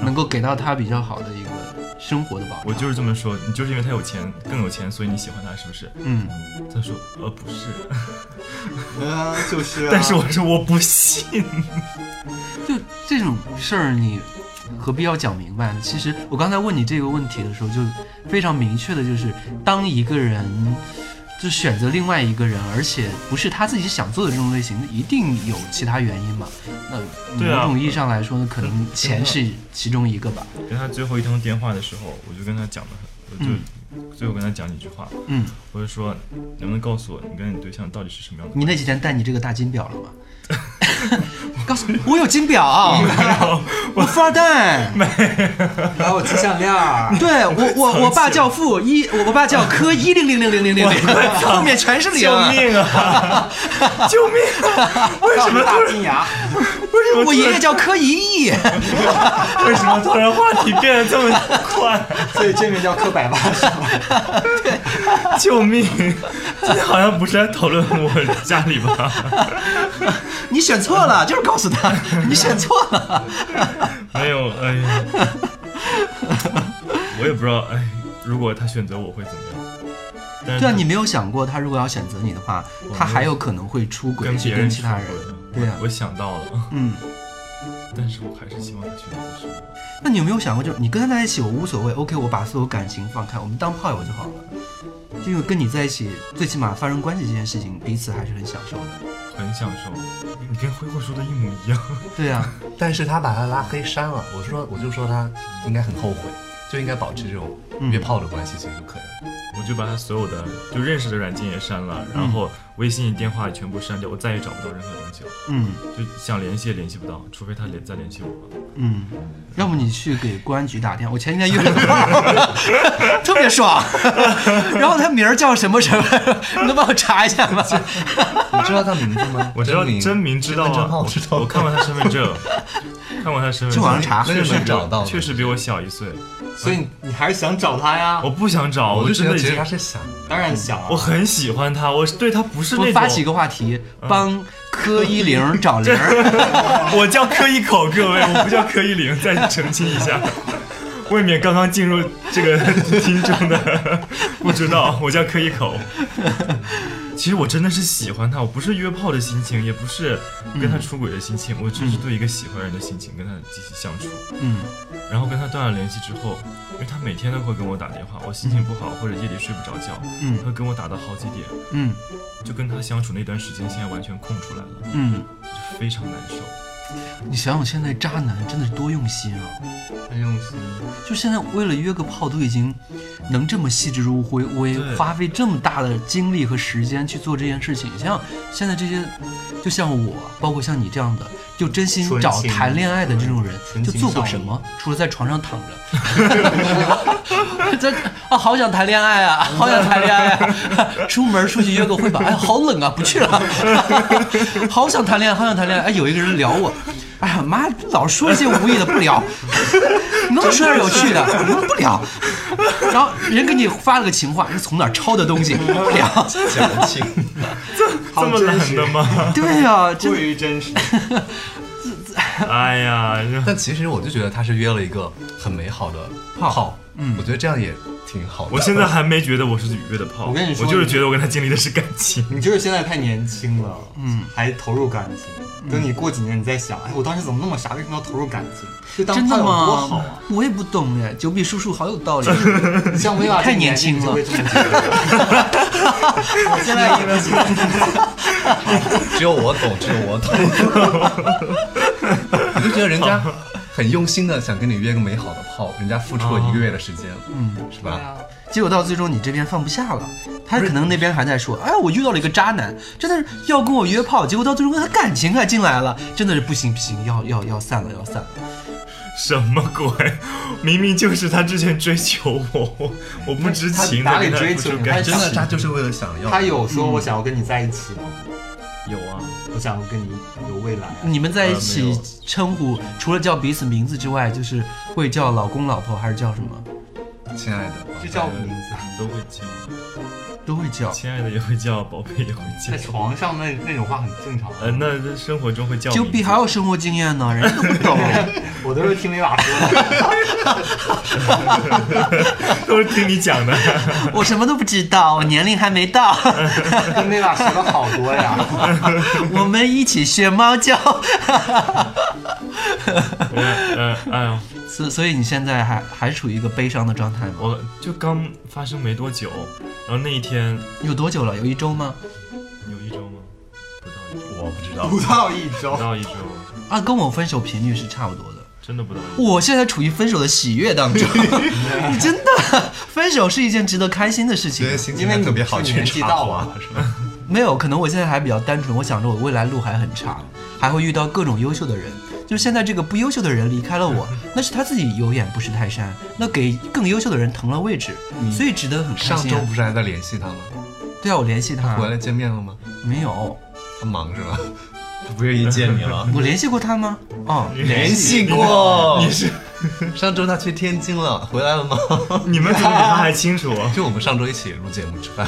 能够给到他比较好的一个生活的保障。我就是这么说，你就是因为他有钱，更有钱，所以你喜欢他，是不是？嗯，他说，呃，不是，嗯，就是啊。但是我说我不信。就这种事儿，你何必要讲明白呢？其实我刚才问你这个问题的时候，就非常明确的，就是当一个人就选择另外一个人，而且不是他自己想做的这种类型，一定有其他原因嘛。那对啊某种意义上来说呢，可能钱是其中一个吧。跟他最后一通电话的时候，我就跟他讲了，我就、最后跟他讲几句话，嗯，我就说，能不能告诉我你跟你对象到底是什么样的？你那几天戴你这个大金 表了吗？告诉我，我有金表，我富二代。还有金项链 儿， 对我我我爸叫傅一，我我爸啊叫柯一零零零零零零零，后面全是零。救命啊！ 救命、啊！为什么突大然金牙，不是，我爷爷叫柯一亿。为什么突然话题变得这么快？ 所以这名叫刻百万是吧？救 命！今天好像不是在讨论我家里吧？你选错了，就是告诉他你选错 了。没有，哎呀， 我也不知道，哎，如果他选择我会怎么样？但是对啊，你没有想过，他如果要选择你的话，他还有可能会出轨跟去别跟人其他人出轨。对啊，我想到了，嗯，但是我还是希望他选择是我。那你有没有想过，就是你跟他在一起我无所谓，OK，我把所有感情放开，我们当炮友就好了。因为跟你在一起，最起码发生关系这件事情，彼此还是很享受的。很享受，你跟挥霍说的一模一样。 对啊，但是他把他拉黑删了，我说我就说他应该很后悔，就应该保持这种嗯约炮的关系其实就可以了。我就把他所有的就认识的软件也删了，然后微信、电话也全部删掉，我再也找不到任何东西了。嗯就想联系也联系不到，除非他联再联系我吧。嗯，要不你去给公安局打电话，我 前几天约了个炮友， 特别爽。然后他名儿叫什么什么， 你能帮我查一下吗？你知道他名字 吗？我知道名真名知道身份证啊，号我知道我看过他身份 证，看过他身份证，去网上查那确就实能比我找到的确实比我小一岁。所以你还是想找他呀？我不想找，啊我我就真觉得的已其实经他，是想的，当然想啊。我很喜欢他，我是对他不是那我种发起一个话题，帮柯一玲找零儿。 我叫柯一口，各位，我不叫柯一 玲，再澄清一下，未免刚刚进入这个听众 的不知道，我叫柯一口。其实我真的是喜欢他，我不是约炮的心情，也不是跟他出轨的心嗯情，我只是对一个喜欢人的心情跟他积极相处。嗯，然后跟他断了联系之后，因为他每天都会跟我打电话，我心情不好或者夜里睡不着觉，嗯他会跟我打到好几点，嗯就跟他相处那段时间，现在完全空出来了，嗯，就非常难受。你想想现在渣男真的是多用心啊！很用心，就现在为了约个炮都已经能这么细致入微，对花费这么大的精力和时间去做这件事情。像现在这些，就像我，包括像你这样的，就真心纯找情谈恋爱的这种人，纯就情做过少什女么？除了在床上躺着， 这啊，好想谈恋爱啊，好想谈恋爱啊！出门出去约个会吧，哎，好冷啊，不去了。 好想谈恋爱，好想谈恋爱。哎，有一个人聊我，哎呀妈，老说一些无意的，不聊。能说点有趣的，不聊。然后人给你发了个情话，是从哪儿抄的东西，不聊。讲清。 这么懒的 吗？对呀、啊，过真于真实。哎呀，但其实我就觉得他是约了一个很美好的炮，嗯，我觉得这样也挺好的。我现在还没觉得我是愉悦的炮，我跟你说就是觉得我跟他经历的是感情。你就是现在太年轻了，嗯，还投入感情。等你过几年，你再想，哎，我当时怎么那么傻？为什么要投入感情？就当真炮的友多好吗啊！？我也不懂哎，九比叔叔好有道理。你像薇娅太这个年纪轻你就了会这么觉得。我 现在因为只有我懂，只有我懂。 我就觉得人家很用心的想跟你约个美好的炮，人家付出了一个月的时间，嗯，是吧？结果到最终你这边放不下了，他可能那边还在说，哎，我遇到了一个渣男，真的是要跟我约炮，结果到最终他感情还进来了，真的是不行不行，要要要散了要散了。什么鬼？明明就是他之前追求我，我我不知情他的哪里跟他追付求出你感他情真。的，他就是为了想要。他有说我想要跟你在一起吗？有啊，我想跟你有未来啊。你们在一呃没起有称呼，除了叫彼此名字之外，就是会叫老公、老婆，还是叫什么？亲爱的，这叫名字。嗯都会叫，都会叫。亲爱的也会叫，宝贝也会叫在。床上那那种话很正常。呃，那这生活中会叫就名比字还有生活经验呢，人家都不懂。 我都是听雷瓦 说的，都是听你讲 的。我什么都不知道，我年龄还没到。跟雷瓦学了好多呀。我们一起学猫叫。 呃，哎呦，所所以你现在还还处于一个悲伤的状态吗？我就刚发生没多久，然后那一天有多久了？有一周吗？有一周吗？不到一周，我不知道，不到一不周，到一周，啊，跟我分手频率是差不多的。真的不到一周。我现在处于分手的喜悦 当中，真的，分手是一件值得开心的事觉得情。啊心情还特别好，因为全你插 花是吧？没有，可能我现在还比较单纯，我想着我未来路还很长，还会遇到各种优秀的人。就是现在这个不优秀的人离开 了我，那是他自己有眼不识泰山，那给更优秀的人腾了位置，所以值得很开嗯上心周嗯啊。不是还在联系他吗？对啊，我联系他回来见面了吗？没有？他忙 是吧？他不愿意见你了。我联系过他吗？哦，联系过，你是 上周他去天津了，回来了 吗？你们怎么比他还清 楚？就我们上周一起录节目吃饭，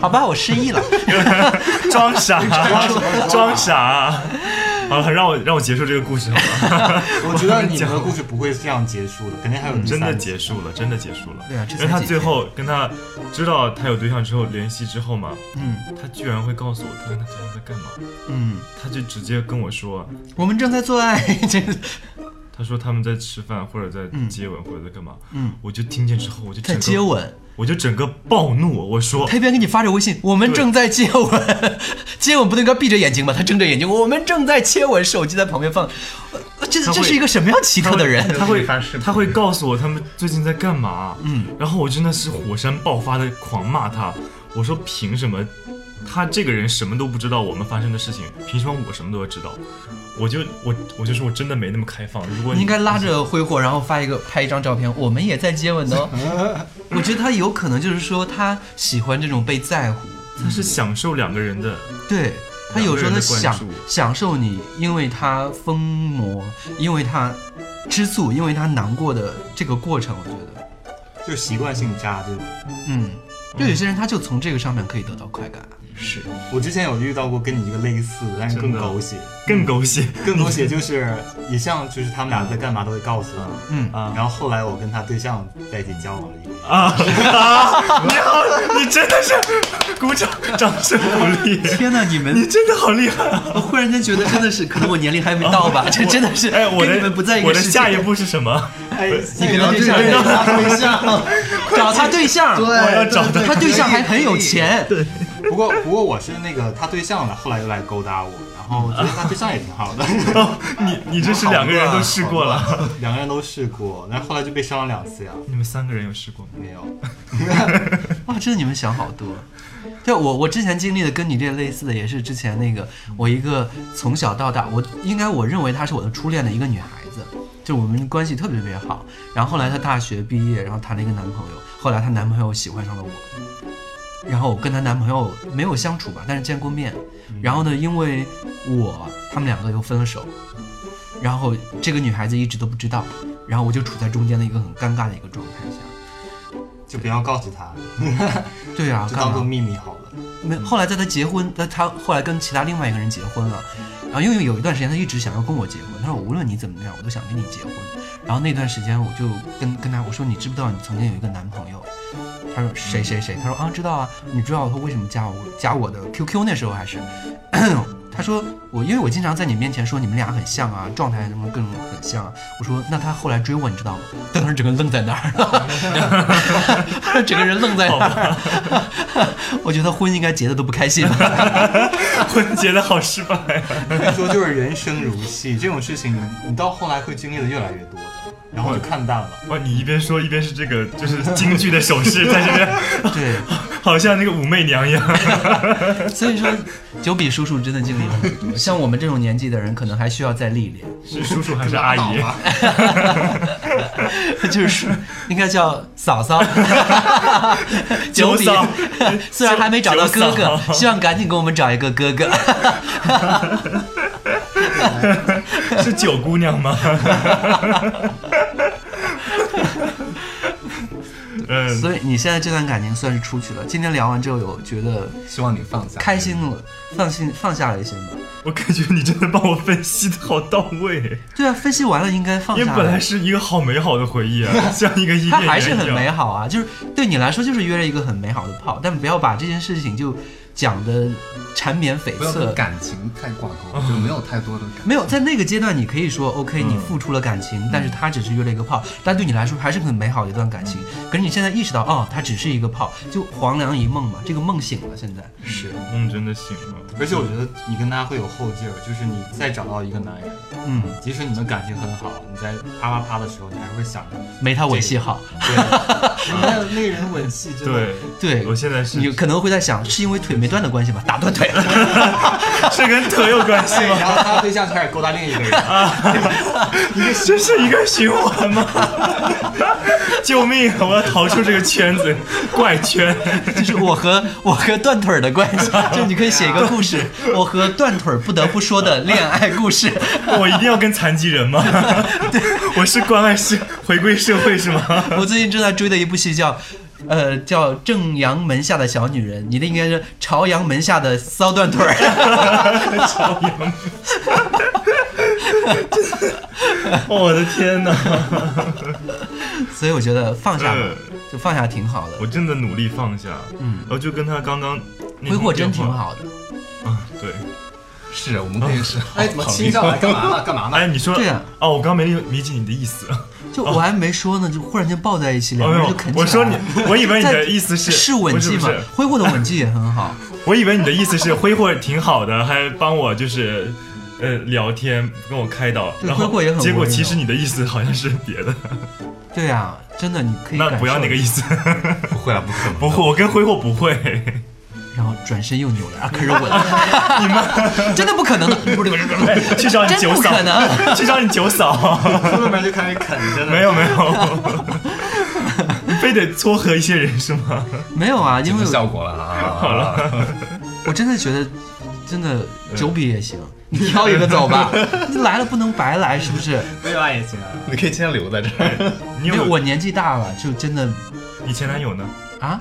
好吧，我失忆了。装傻，装傻。好了，让我让我结束这个故事好吗？ 我觉得你们的故事不会这样结束的，肯定还有第真的三集。结束了，真的结束了。对啊这因才为他几最天后跟他知道他有对象之后联系之后嘛，嗯他居然会告诉我他跟他对象在干嘛，嗯，他就直接跟我说，我们正在做 爱，这个他说他们在吃饭或者在接吻或者在干嘛，嗯，我就听见之后我就整在个接，吻。我就整个暴怒，我说他一边给你发着微信，我们正在接吻， 接吻不能该闭着眼睛吧？他睁着眼睛，我们正在接吻，手机在旁边放，呃这他会这是一个什么样奇他特会的人？他可会以发视频他会告诉我他们最近在干嘛，嗯，然后我真的是火山爆发的狂骂他，我说凭什么他这个人什么都不知道我们发生的事情，凭什么我什么都要知道？我就我我就说我真的没那么开放，如果你你应该拉着挥霍，然后发一个拍一张照片，我们也在接吻 哦。我觉得他有可能就是说他喜欢这种被在乎，他是享受两个人的，对他有时候他享两个人的关注享受你，因为他疯魔，因为他吃醋，因为他难过的这个过程，我觉得，就习惯性渣这种。嗯，就有些人他就从这个上面可以得到快感。是我之前有遇到过跟你这个类似的，但是更真的狗血，更狗 血，更狗血就是也像就是他们俩在干嘛都会告诉我。嗯啊，然后后来我跟他对象在一起交往了一年，你好， 你真的是鼓掌，掌声鼓励， 天哪，你们 你真的好厉害啊！我忽然间觉得真的是，可能我年龄还没到吧， 这真的是，哎， 我的跟你们不在一我个的世界。下一步是什么？哎，你跟 跟他对象，对象，找他对象，对， 我要找他他对象还很有钱，不过不过我是那个他对象了，后来又来勾搭我，然后我觉得他对象也挺好 的，你你这是两个人都试过了，两个人都试过，但是后来就被伤了两次呀， 你们三个人有试过吗？ 没有。哇，真的你们想好多。对我，我之前经历的跟你这类似的，也是之前那个我一个从小到大，我应该我认为她是我的初恋的一个女孩子，就我们关系特别特别好。然后后来她大学毕业，然后谈了一个男朋友，后来她男朋友喜欢上了我，然后我跟她男朋友没有相处吧，但是见过面。然后呢，因为我他们两个又分了手，然后这个女孩子一直都不知道，然后我就处在中间的一个很尴尬的一个状态下。就不要告诉 他，对啊，就干当嘛做秘密好了。没，后来在他结婚，在他后来跟其他另外一个人结婚了，然后因为有一段时间他一直想要跟我结婚，他说无论你怎么样，我都想跟你结婚。然后那段时间我就跟跟他我说，你知不知道你曾经有一个男朋友？他说谁谁谁？他说啊知道啊，你知道他为什么加我加我的 QQ 那时候还是，他说我因为我经常在你面前说你们俩很像啊，状态什么各种很像啊。我说那他后来追我你知道吗？当时整个愣在那儿了，整个人愣在那儿。我觉得婚应该结的都不开 心了。婚结的好失败，所以说就是人生如戏，这种事情你到后来会经历的越来越多的，然后就看淡了。哇！你一边说一边是这个，就是京剧的手势在这边， 对，好像那个武媚娘一样。所以说九比叔叔真的经历了很多，像我们这种年纪的人可能还需要再历练。是叔叔还是阿姨？就是说应该叫嫂嫂，九 九里嫂，虽然还没找到哥九哥，嫂希望赶紧给我们找一个哥哥。是九姑娘吗？ 嗯，所以你现在这段感情算是出去了。今天聊完之后，有觉得希望你放下，开心了，放心放下了一些吗？我感觉你真的帮我分析的好到位，对啊，分析完了应该放因为下本来了。是一个好美好的回忆 啊，像一个伊它甸还是园一很美样。好啊，就是对你来说就是约了一个很美好的炮，但不要把这件事情就讲的缠绵悱不要恻跟。感情太挂钩，就没有太多的感。没有，在那个阶段，你可以说 OK，你嗯付出了感情，但是他只是约了一个炮，但对你来说还是很美好的一段感情。嗯可是你现在意识到，哦，他只是一个炮，就黄粱一梦嘛，这个梦醒了，现在是。梦嗯真的醒了，而且我觉得你跟他会有后劲儿，就是你再找到一个男人，嗯，即使你们感情很好，你在啪啪啪的时候，你还是会想着，没他吻戏好。 对，你看那个人吻戏真的对，对，我现在是你可能会在想，是因为腿没断的关系吧？打断腿了。是跟腿有关系哎， 吗？然后他对象开始勾搭另一 个人，这是一个循环 吗？救命！我要逃出这个圈 子，怪圈。就是我和我和断腿儿的关系，就你可以写一个故事，我和断腿儿不得不说的恋爱故事。 我一定要跟残疾人吗？我是关爱社，回归社会是吗？ 我最近正在追的一部戏叫。呃，叫正阳门下的小女人，你的应该是朝阳门下的骚断腿儿。 哦我的天哪！所以我觉得放下吧嗯，就放下挺好的我，真的努力放下，嗯，然后就跟他刚刚那挥通霍真电挺话好的。啊，对。是我们可以是好哎，怎么亲上来干嘛呢？干嘛呢？哎，你说对啊哦，我刚没理理解你的意思。就我还没说呢，就忽然间抱在一起，两哦，个没人就有啃，起来我了。说你，我以为你在的意思是是吻技不嘛是不是？挥霍的吻技也很好。我以为你的意思是挥霍挺好的，还帮我就是，呃，聊天跟我开导，对然后挥霍也很结果温柔其实你的意思好像是别 的，对啊，真的你可以那不要那个意思，思，不会啊，不可能，不会，我跟挥霍不会， 然后转身又扭了，啊然后开始吻。你们真的 不可能的，不是不是不是，哎 去找你真九不嫂可 能，去找你九嫂，后面就开始啃，真的没有没有，你非得撮合一些人是吗？ 没有啊，因没为有我效果了啊。好了， 我真的觉得，真的九笔也行，你挑一个 走吧，你来了不能白来，是不是？没有爱也行啊。你可以现在留在这儿。你因为有我年纪大了，就真的你前男友呢？啊，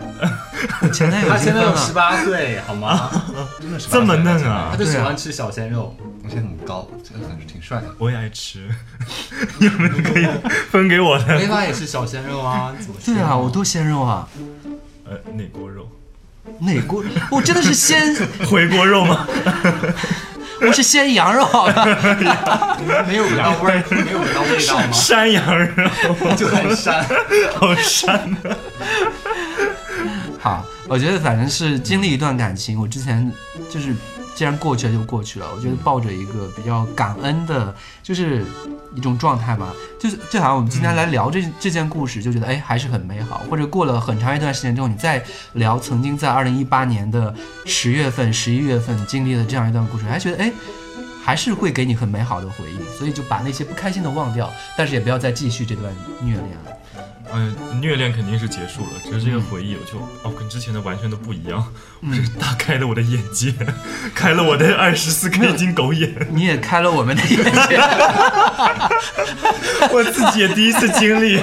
我前 男友他已经现在分 有十了，八岁，好吗？真的是这么嫩他啊！就喜欢吃小鲜肉，我现在嗯很高，真的很挺帅的。我也爱吃， 你们可以分给我的没法也是小鲜肉啊，怎么说对啊，我多鲜肉啊，呃哪锅肉？哪锅？我真的是鲜，回锅肉 吗？我是鲜羊肉啊好吧？没有闻到味儿， 没有闻到味道 吗？山羊肉，就很膻。好膻啊！好，我觉得反正是经历一段感情，我之前就是既然过去了就过去了，我觉得抱着一个比较感恩的，就是一种状态吧。就是就好像我们今天来聊这、这件故事，就觉得哎还是很美好。或者过了很长一段时间之后，你再聊曾经在二零一八年的十月份、十一月份经历的这样一段故事，还觉得哎。还是会给你很美好的回忆，所以就把那些不开心的忘掉，但是也不要再继续这段虐恋了。嗯，虐恋肯定是结束了，只是这个回忆，我就哦，跟之前的完全都不一样，我是大开了我的眼 界，开了我的二十四 K 金狗眼，你也开了我们的眼界。我自己也第一次经历。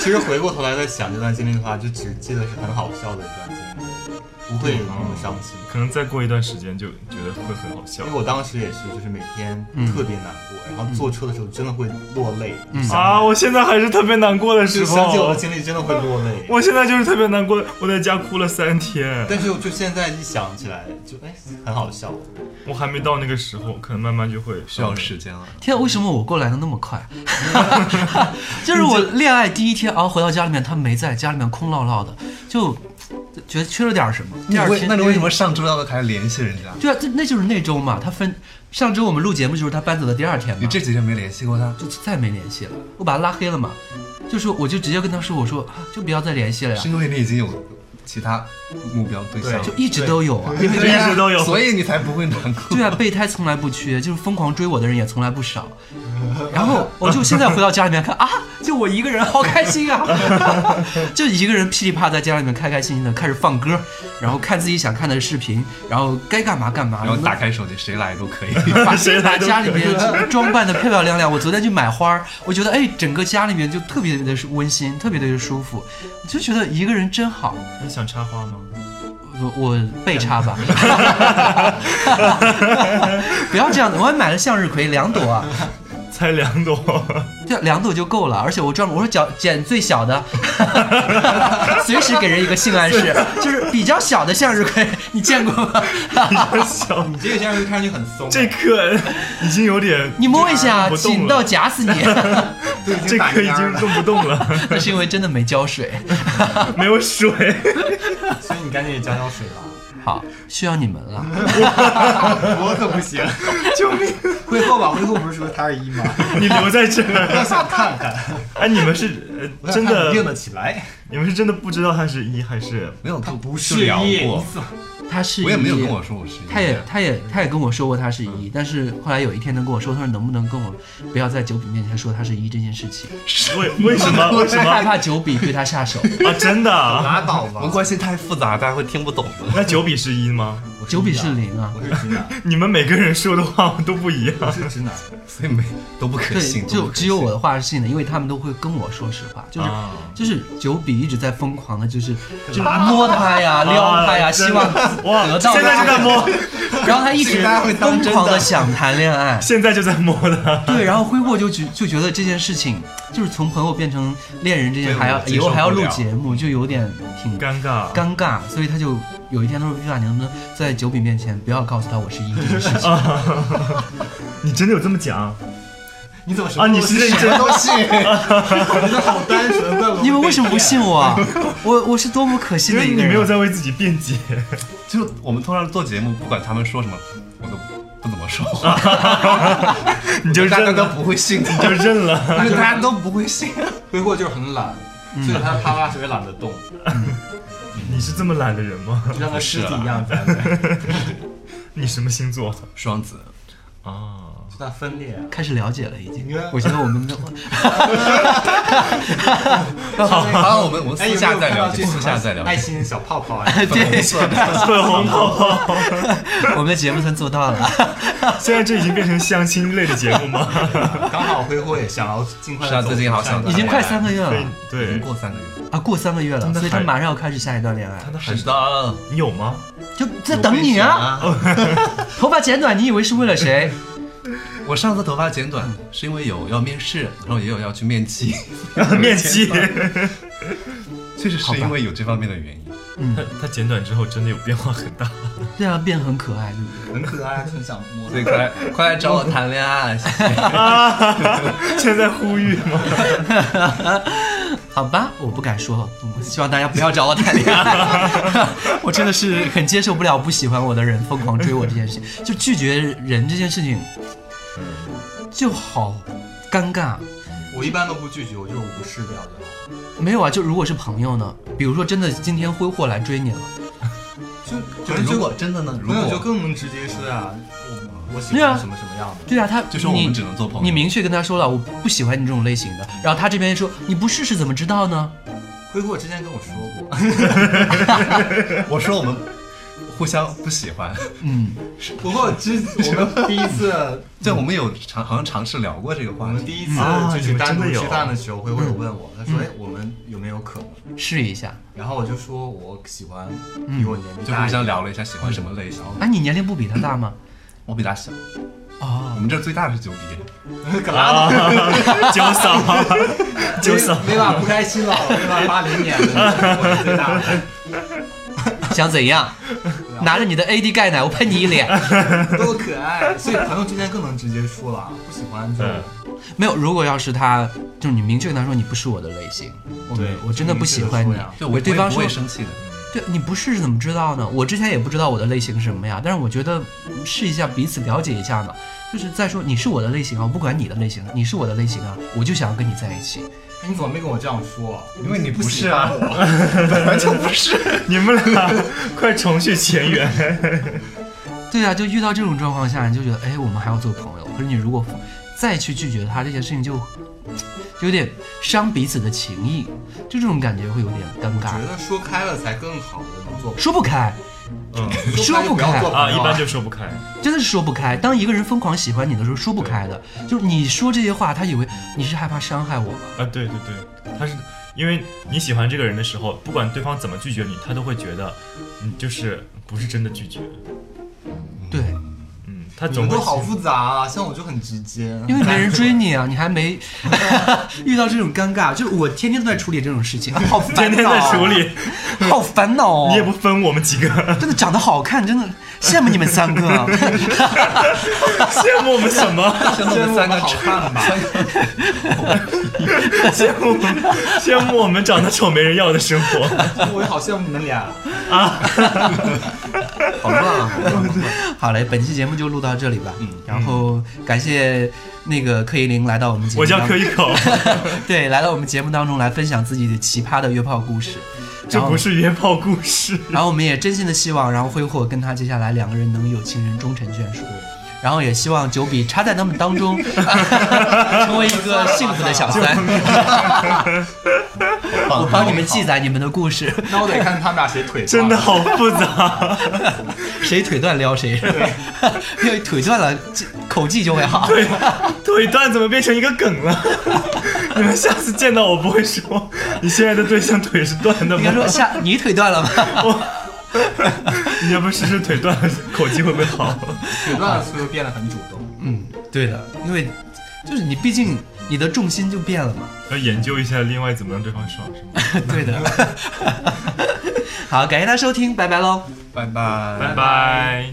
其实回过头来再想这段经历的话，就只记得是很好笑的一段经历，不会有那么伤心。 可能再过一段时间就觉得会很好笑因为我当时也是，就是每天特别难过，然后坐车的时候真的会落泪，啊！我现在还是特别难过的时就想嗯起我候的，经历真的会落泪。我现在就是特别难过，我在家哭了三天，但是我就现在一想起来，就哎很好笑。我还没到那个时候，可能慢慢就会需要哦时间了，天啊，为什么我过来的那么 快？就是我恋爱第一天，然后回到家里面，他没在，家里面空落落的，就觉得缺了点什么。第二你为天，那你为什么？上周要还联系人家？对啊，这那就是那周嘛，他分上周我们录节目就是他搬走的第二天嘛，嗯你这几天没联系过他？就再没联系了，我把他拉黑了嘛，就说我就直接跟他说，我说啊就不要再联系了呀是，因为你已经有其他目标对象了，就一直都有啊，因为一直都有。 所以你才不会难过。对啊，备胎从来不缺，就是疯狂追我的人也从来不少。然后我就现在回到家里面看啊，就我一个人，好开心啊！ 就一个人噼里啪啦在家里面开开心心的开始放歌，然后看自己想看的视频，然后该干嘛干嘛，然后打开手机，谁来都可以。 把谁来把都家里面 装扮的漂漂亮亮。我昨天去买花儿，我觉得哎，整个家里面就特别的温馨，特别的舒服，我就觉得一个人真好。你想插花吗？我我被插 吧， 不要这样子。我还买了向日葵两朵啊，才 两朵，这两朵就够了。而且我专门我说捡捡最小的， 随时给人一个性暗示，就是比较小的向日葵，你见过吗？ 小你这个向日葵看上去很松，这颗已经有点，你摸一下，不动紧了到夹死你。都已经这打颗已蔫儿经了动不动 了， 那是因为真的没浇水。 没有水。所以你赶紧浇浇水吧。好，需要你们了。我可不行，救命！会后吧，会后不是说他二一吗？你留在这儿，我想看看，哎，你们是我呃想真看你硬得的，起来。你们是真的不知道它是一 还是没有，他不是聊一过你，怎么他是我也没有一跟我说我是一。他也他也他也跟我说过他是一，但是后来有一天他跟我说，他说能不能跟我不要在九比面前说他是一这件事情，为为什么为什么害啊？怕九比对他下手。真的啊？ 拉倒我们吧，关系太复杂，大家会听不懂的。那九比十一吗？九比是零啊，我是直男，你们每个人说的话都不一样。我 是直男。所以没都不可对信，，就都不可只信 有我的话是信的，因为他们都会跟我说实话，就是啊就是九比一直在疯狂的，就是就是摸他呀、撩他呀，啊真希的望哇得到现在就在他，摸，然后他一直疯狂的想谈恋爱。现在就在摸的。对，然后挥霍就觉就觉得这件事情，就是从朋友变成恋人这件，对还要我接以受后还要不录了节目，就有点挺尴尬，尴尬，所以他就有一天他说：“毕爸，你能不能在九比面前不要告诉他我是一这 件事情你真的有这么讲你怎么什么啊？你是认真都信？你的好单纯，怪不得你们为什么不信我 啊？我我是多么可信因的为一你个没有人。啊在为自己辩解， 就我们通常做节目，不管他们说什么，我都不怎么说话，你就大家认都了，不会信的，你就认了。因为 大家都不会信。挥霍就是很懒，所以他的啪啪手也懒得动，你是这么懒的人 吗？就像个尸体一样在那，你什么星座 双子，啊？就在分裂啊。开始了解了，已经你看。我觉得我们的？好，好，我们我们哎，有没私有下再看到聊解，这私下种再聊爱解。心小泡泡啊对粉红泡泡。我们的节目算做 到了。现在这已经变成相亲类的节目吗？ 刚好挥霍也想要尽快是啊地走最近好想上已经快三个月了已经哎对，过三个月，啊，过三个月了，的所以他还马上要开始下一段恋爱，还知道你有吗？就在等你啊！头发剪短，你以为是为了谁？我上次头发剪短是因为有要面试，然后也有要去面基，面基。确实是因为有这方面的原因。他 他剪短之后真的有变化很大。对啊，变得很可爱，对不对？很可爱，就很想摸。所以快来快来找我谈恋爱，谢谢。现在呼吁 吗？ 好吧，我不敢说，我希望大家不要找我谈恋爱。 我真的是很接受不了不喜欢我的人疯狂追我这件事情，就拒绝人这件事情，就好尴尬。我一般都不拒绝，我就是无视掉就好。没有啊，就如果是朋友呢，比如说真的今天挥霍来追你了，就就可能如就果真的呢，如朋友就果更能直接说呀，我我喜对啊欢什么什么样的。对啊，他就说我你们只能做朋友，你明确跟他说了，我不喜欢你这种类型的，然后他这边说你不试试怎么知道呢？挥霍之前跟我说过，我说我们互相不喜欢，不过之 我们第一次，对，我们有尝好像尝试聊过这 个我话们题。第一次啊就你是们单真独的有吃饭的时候，挥霍有问我，他说：“哎，我们有没有可能试一下。？”然后我就说我喜欢比我年纪就大互一点相聊了一下喜欢什么类型，啊，你年龄不比他大吗？我比他小，我哦，们这儿最大的是九比， 干嘛呢？九嫂，九嫂，没法不开心了，没法八零年的，我是最大的， 想怎样？拿着你的 AD 钙奶，我喷你一脸。 多可爱。所以朋友之间更能直接说了，不喜欢就嗯没有，如果要是他，就是你明确跟他说你不是我的类型，我对我真的不喜欢就明你确地说呀。就我我对方不说会，生气的。对你不试试怎么知道呢？我之前也不知道我的类型是什么呀，但是我觉得嗯试一下，彼此了解一下嘛。就是再说你是我的类型啊，我不管你的类型，你是我的类型啊，我就想要跟你在一起。哎你怎么没跟我这样说？因为你不喜是欢啊，我，本来就不是。你们俩快重续前缘。对啊，就遇到这种状况下，你就觉得哎，我们还要做朋友。可是你如果再去拒绝他这件事情就，就有点伤彼此的情谊，就这种感觉会有点尴我尬觉，得说开了才更好的能做朋友。说不开，嗯说不不开要做朋友啊，一般就说不开。真的是说不开。当一个人疯狂喜欢你的时候，说不开的，就是你说这些话，他以为你是害怕伤害我吗？啊，对对对，他是因为你喜欢这个人的时候，不管对方怎么拒绝你，他都会觉得你就是不是真的拒绝。对，嗯，他你总们会都好去复杂啊，像我就很直接。因为没人追你啊，你 还没遇到这种尴尬，就是我天天都在处理这种事情，好烦恼、天天在处， 理，啊好烦恼哦。啊你也不分我们几个， 真的长得好看，真的羡慕你们三个。啊羡慕我们什么？ 像我们三个好看 吧？羡慕我们羡慕我们长得丑没人要的生活。我也好羡慕你们俩。好乱啊！好乱好嘞，本期节目就录到这里吧。嗯，然后感谢那个柯一林来到我们节目，我叫柯一，口， 对，来到我们节目当中来分享自己的奇葩的约炮故事。这不是约炮故事。然后我们也真心的希望，然后挥霍跟他接下来两个人能有情人终成眷属。然后也希望九比插在他们当中， 成为一个幸福的小三。我帮你们记载你们的故事，那我得看他们俩谁腿大真的。好复杂，谁腿断撩谁，因为腿断了记口技就会好。对，腿断怎么变成一个梗了？ 你们下次见到我不会说你现在的对象腿是断的应该吗？说下你腿断了吗？ 你要不试试腿断了口技会不会好？腿断了，所以就变得很主动。嗯，对的，因为就是你毕竟你的重心就变了嘛。要研究一下另外怎么让对方爽是吗？对的。 好，感谢大家收听，拜拜喽。拜拜，拜拜。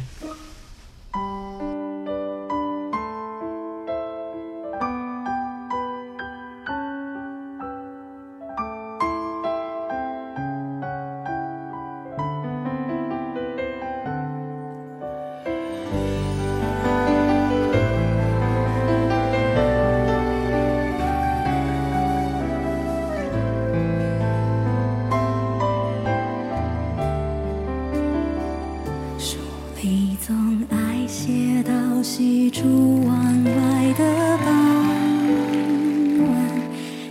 书里总爱写到喜出望外的傍晚，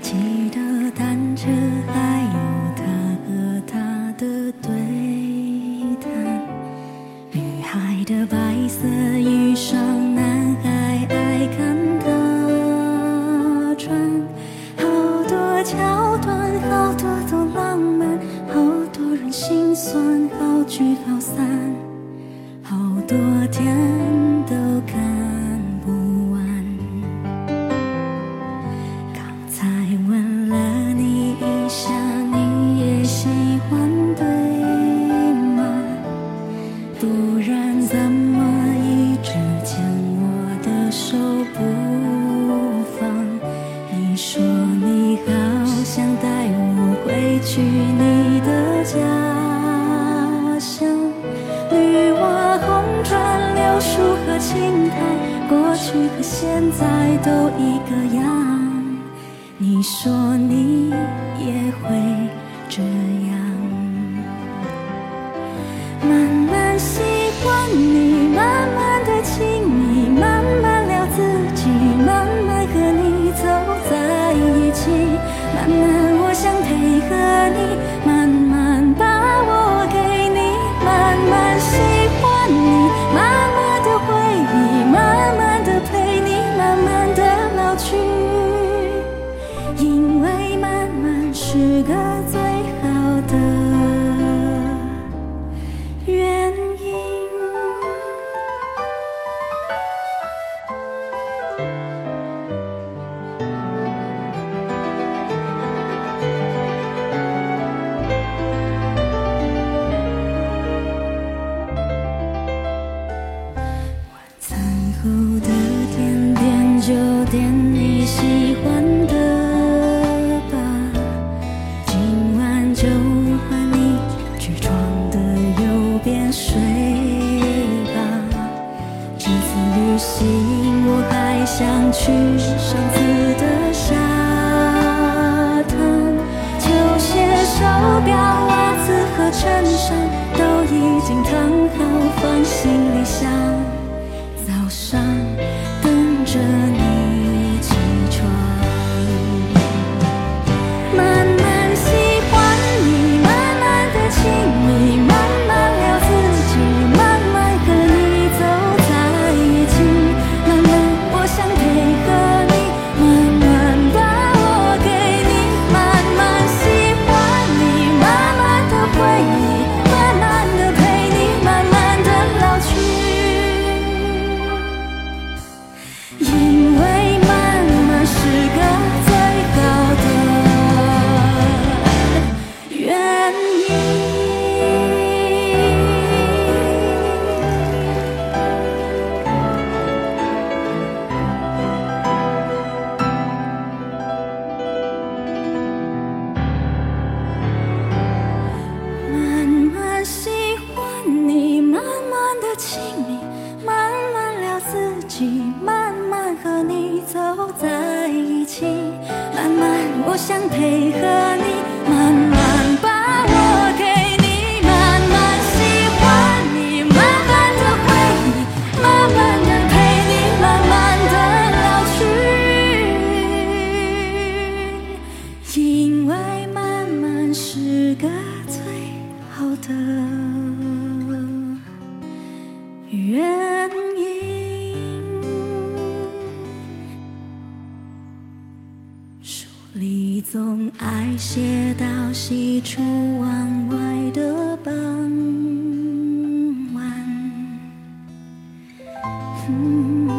骑着单车，还有他和她的对谈。女孩的白色衣裳，男孩爱看她穿。好多桥段，好多都浪漫，好多人心酸，好聚好散，好多天都看不完。刚才吻了你一下，你也喜欢对吗？不然怎么一直牵我的手不放？你说你好想带我回去你的家乡，绿瓦红砖、柳树和青苔，过去和现在都一个样。你说你也会这样。慢慢喜欢你，慢慢的亲密，慢慢聊自己，慢慢和你走在一起，慢慢我想配合你，慢慢把我给你，慢慢喜欢你，慢慢的回忆，慢慢的陪你，慢慢的老去。因为慢慢是个最好的原因。餐后的甜点就点你喜欢的吧，今晚就换你去床的右边睡吧。这次旅行我还想去上次的沙滩，球鞋、手表、袜子和衬衫都已经烫好，放行李箱。早上等着你。己，慢慢和你走在一起，慢慢我想配合你，慢慢把我给你，慢慢喜欢你，慢慢的回忆，慢慢的陪你，慢慢的老去，因为慢慢是个最好的。原因。书里总爱写到喜出望外的傍晚。嗯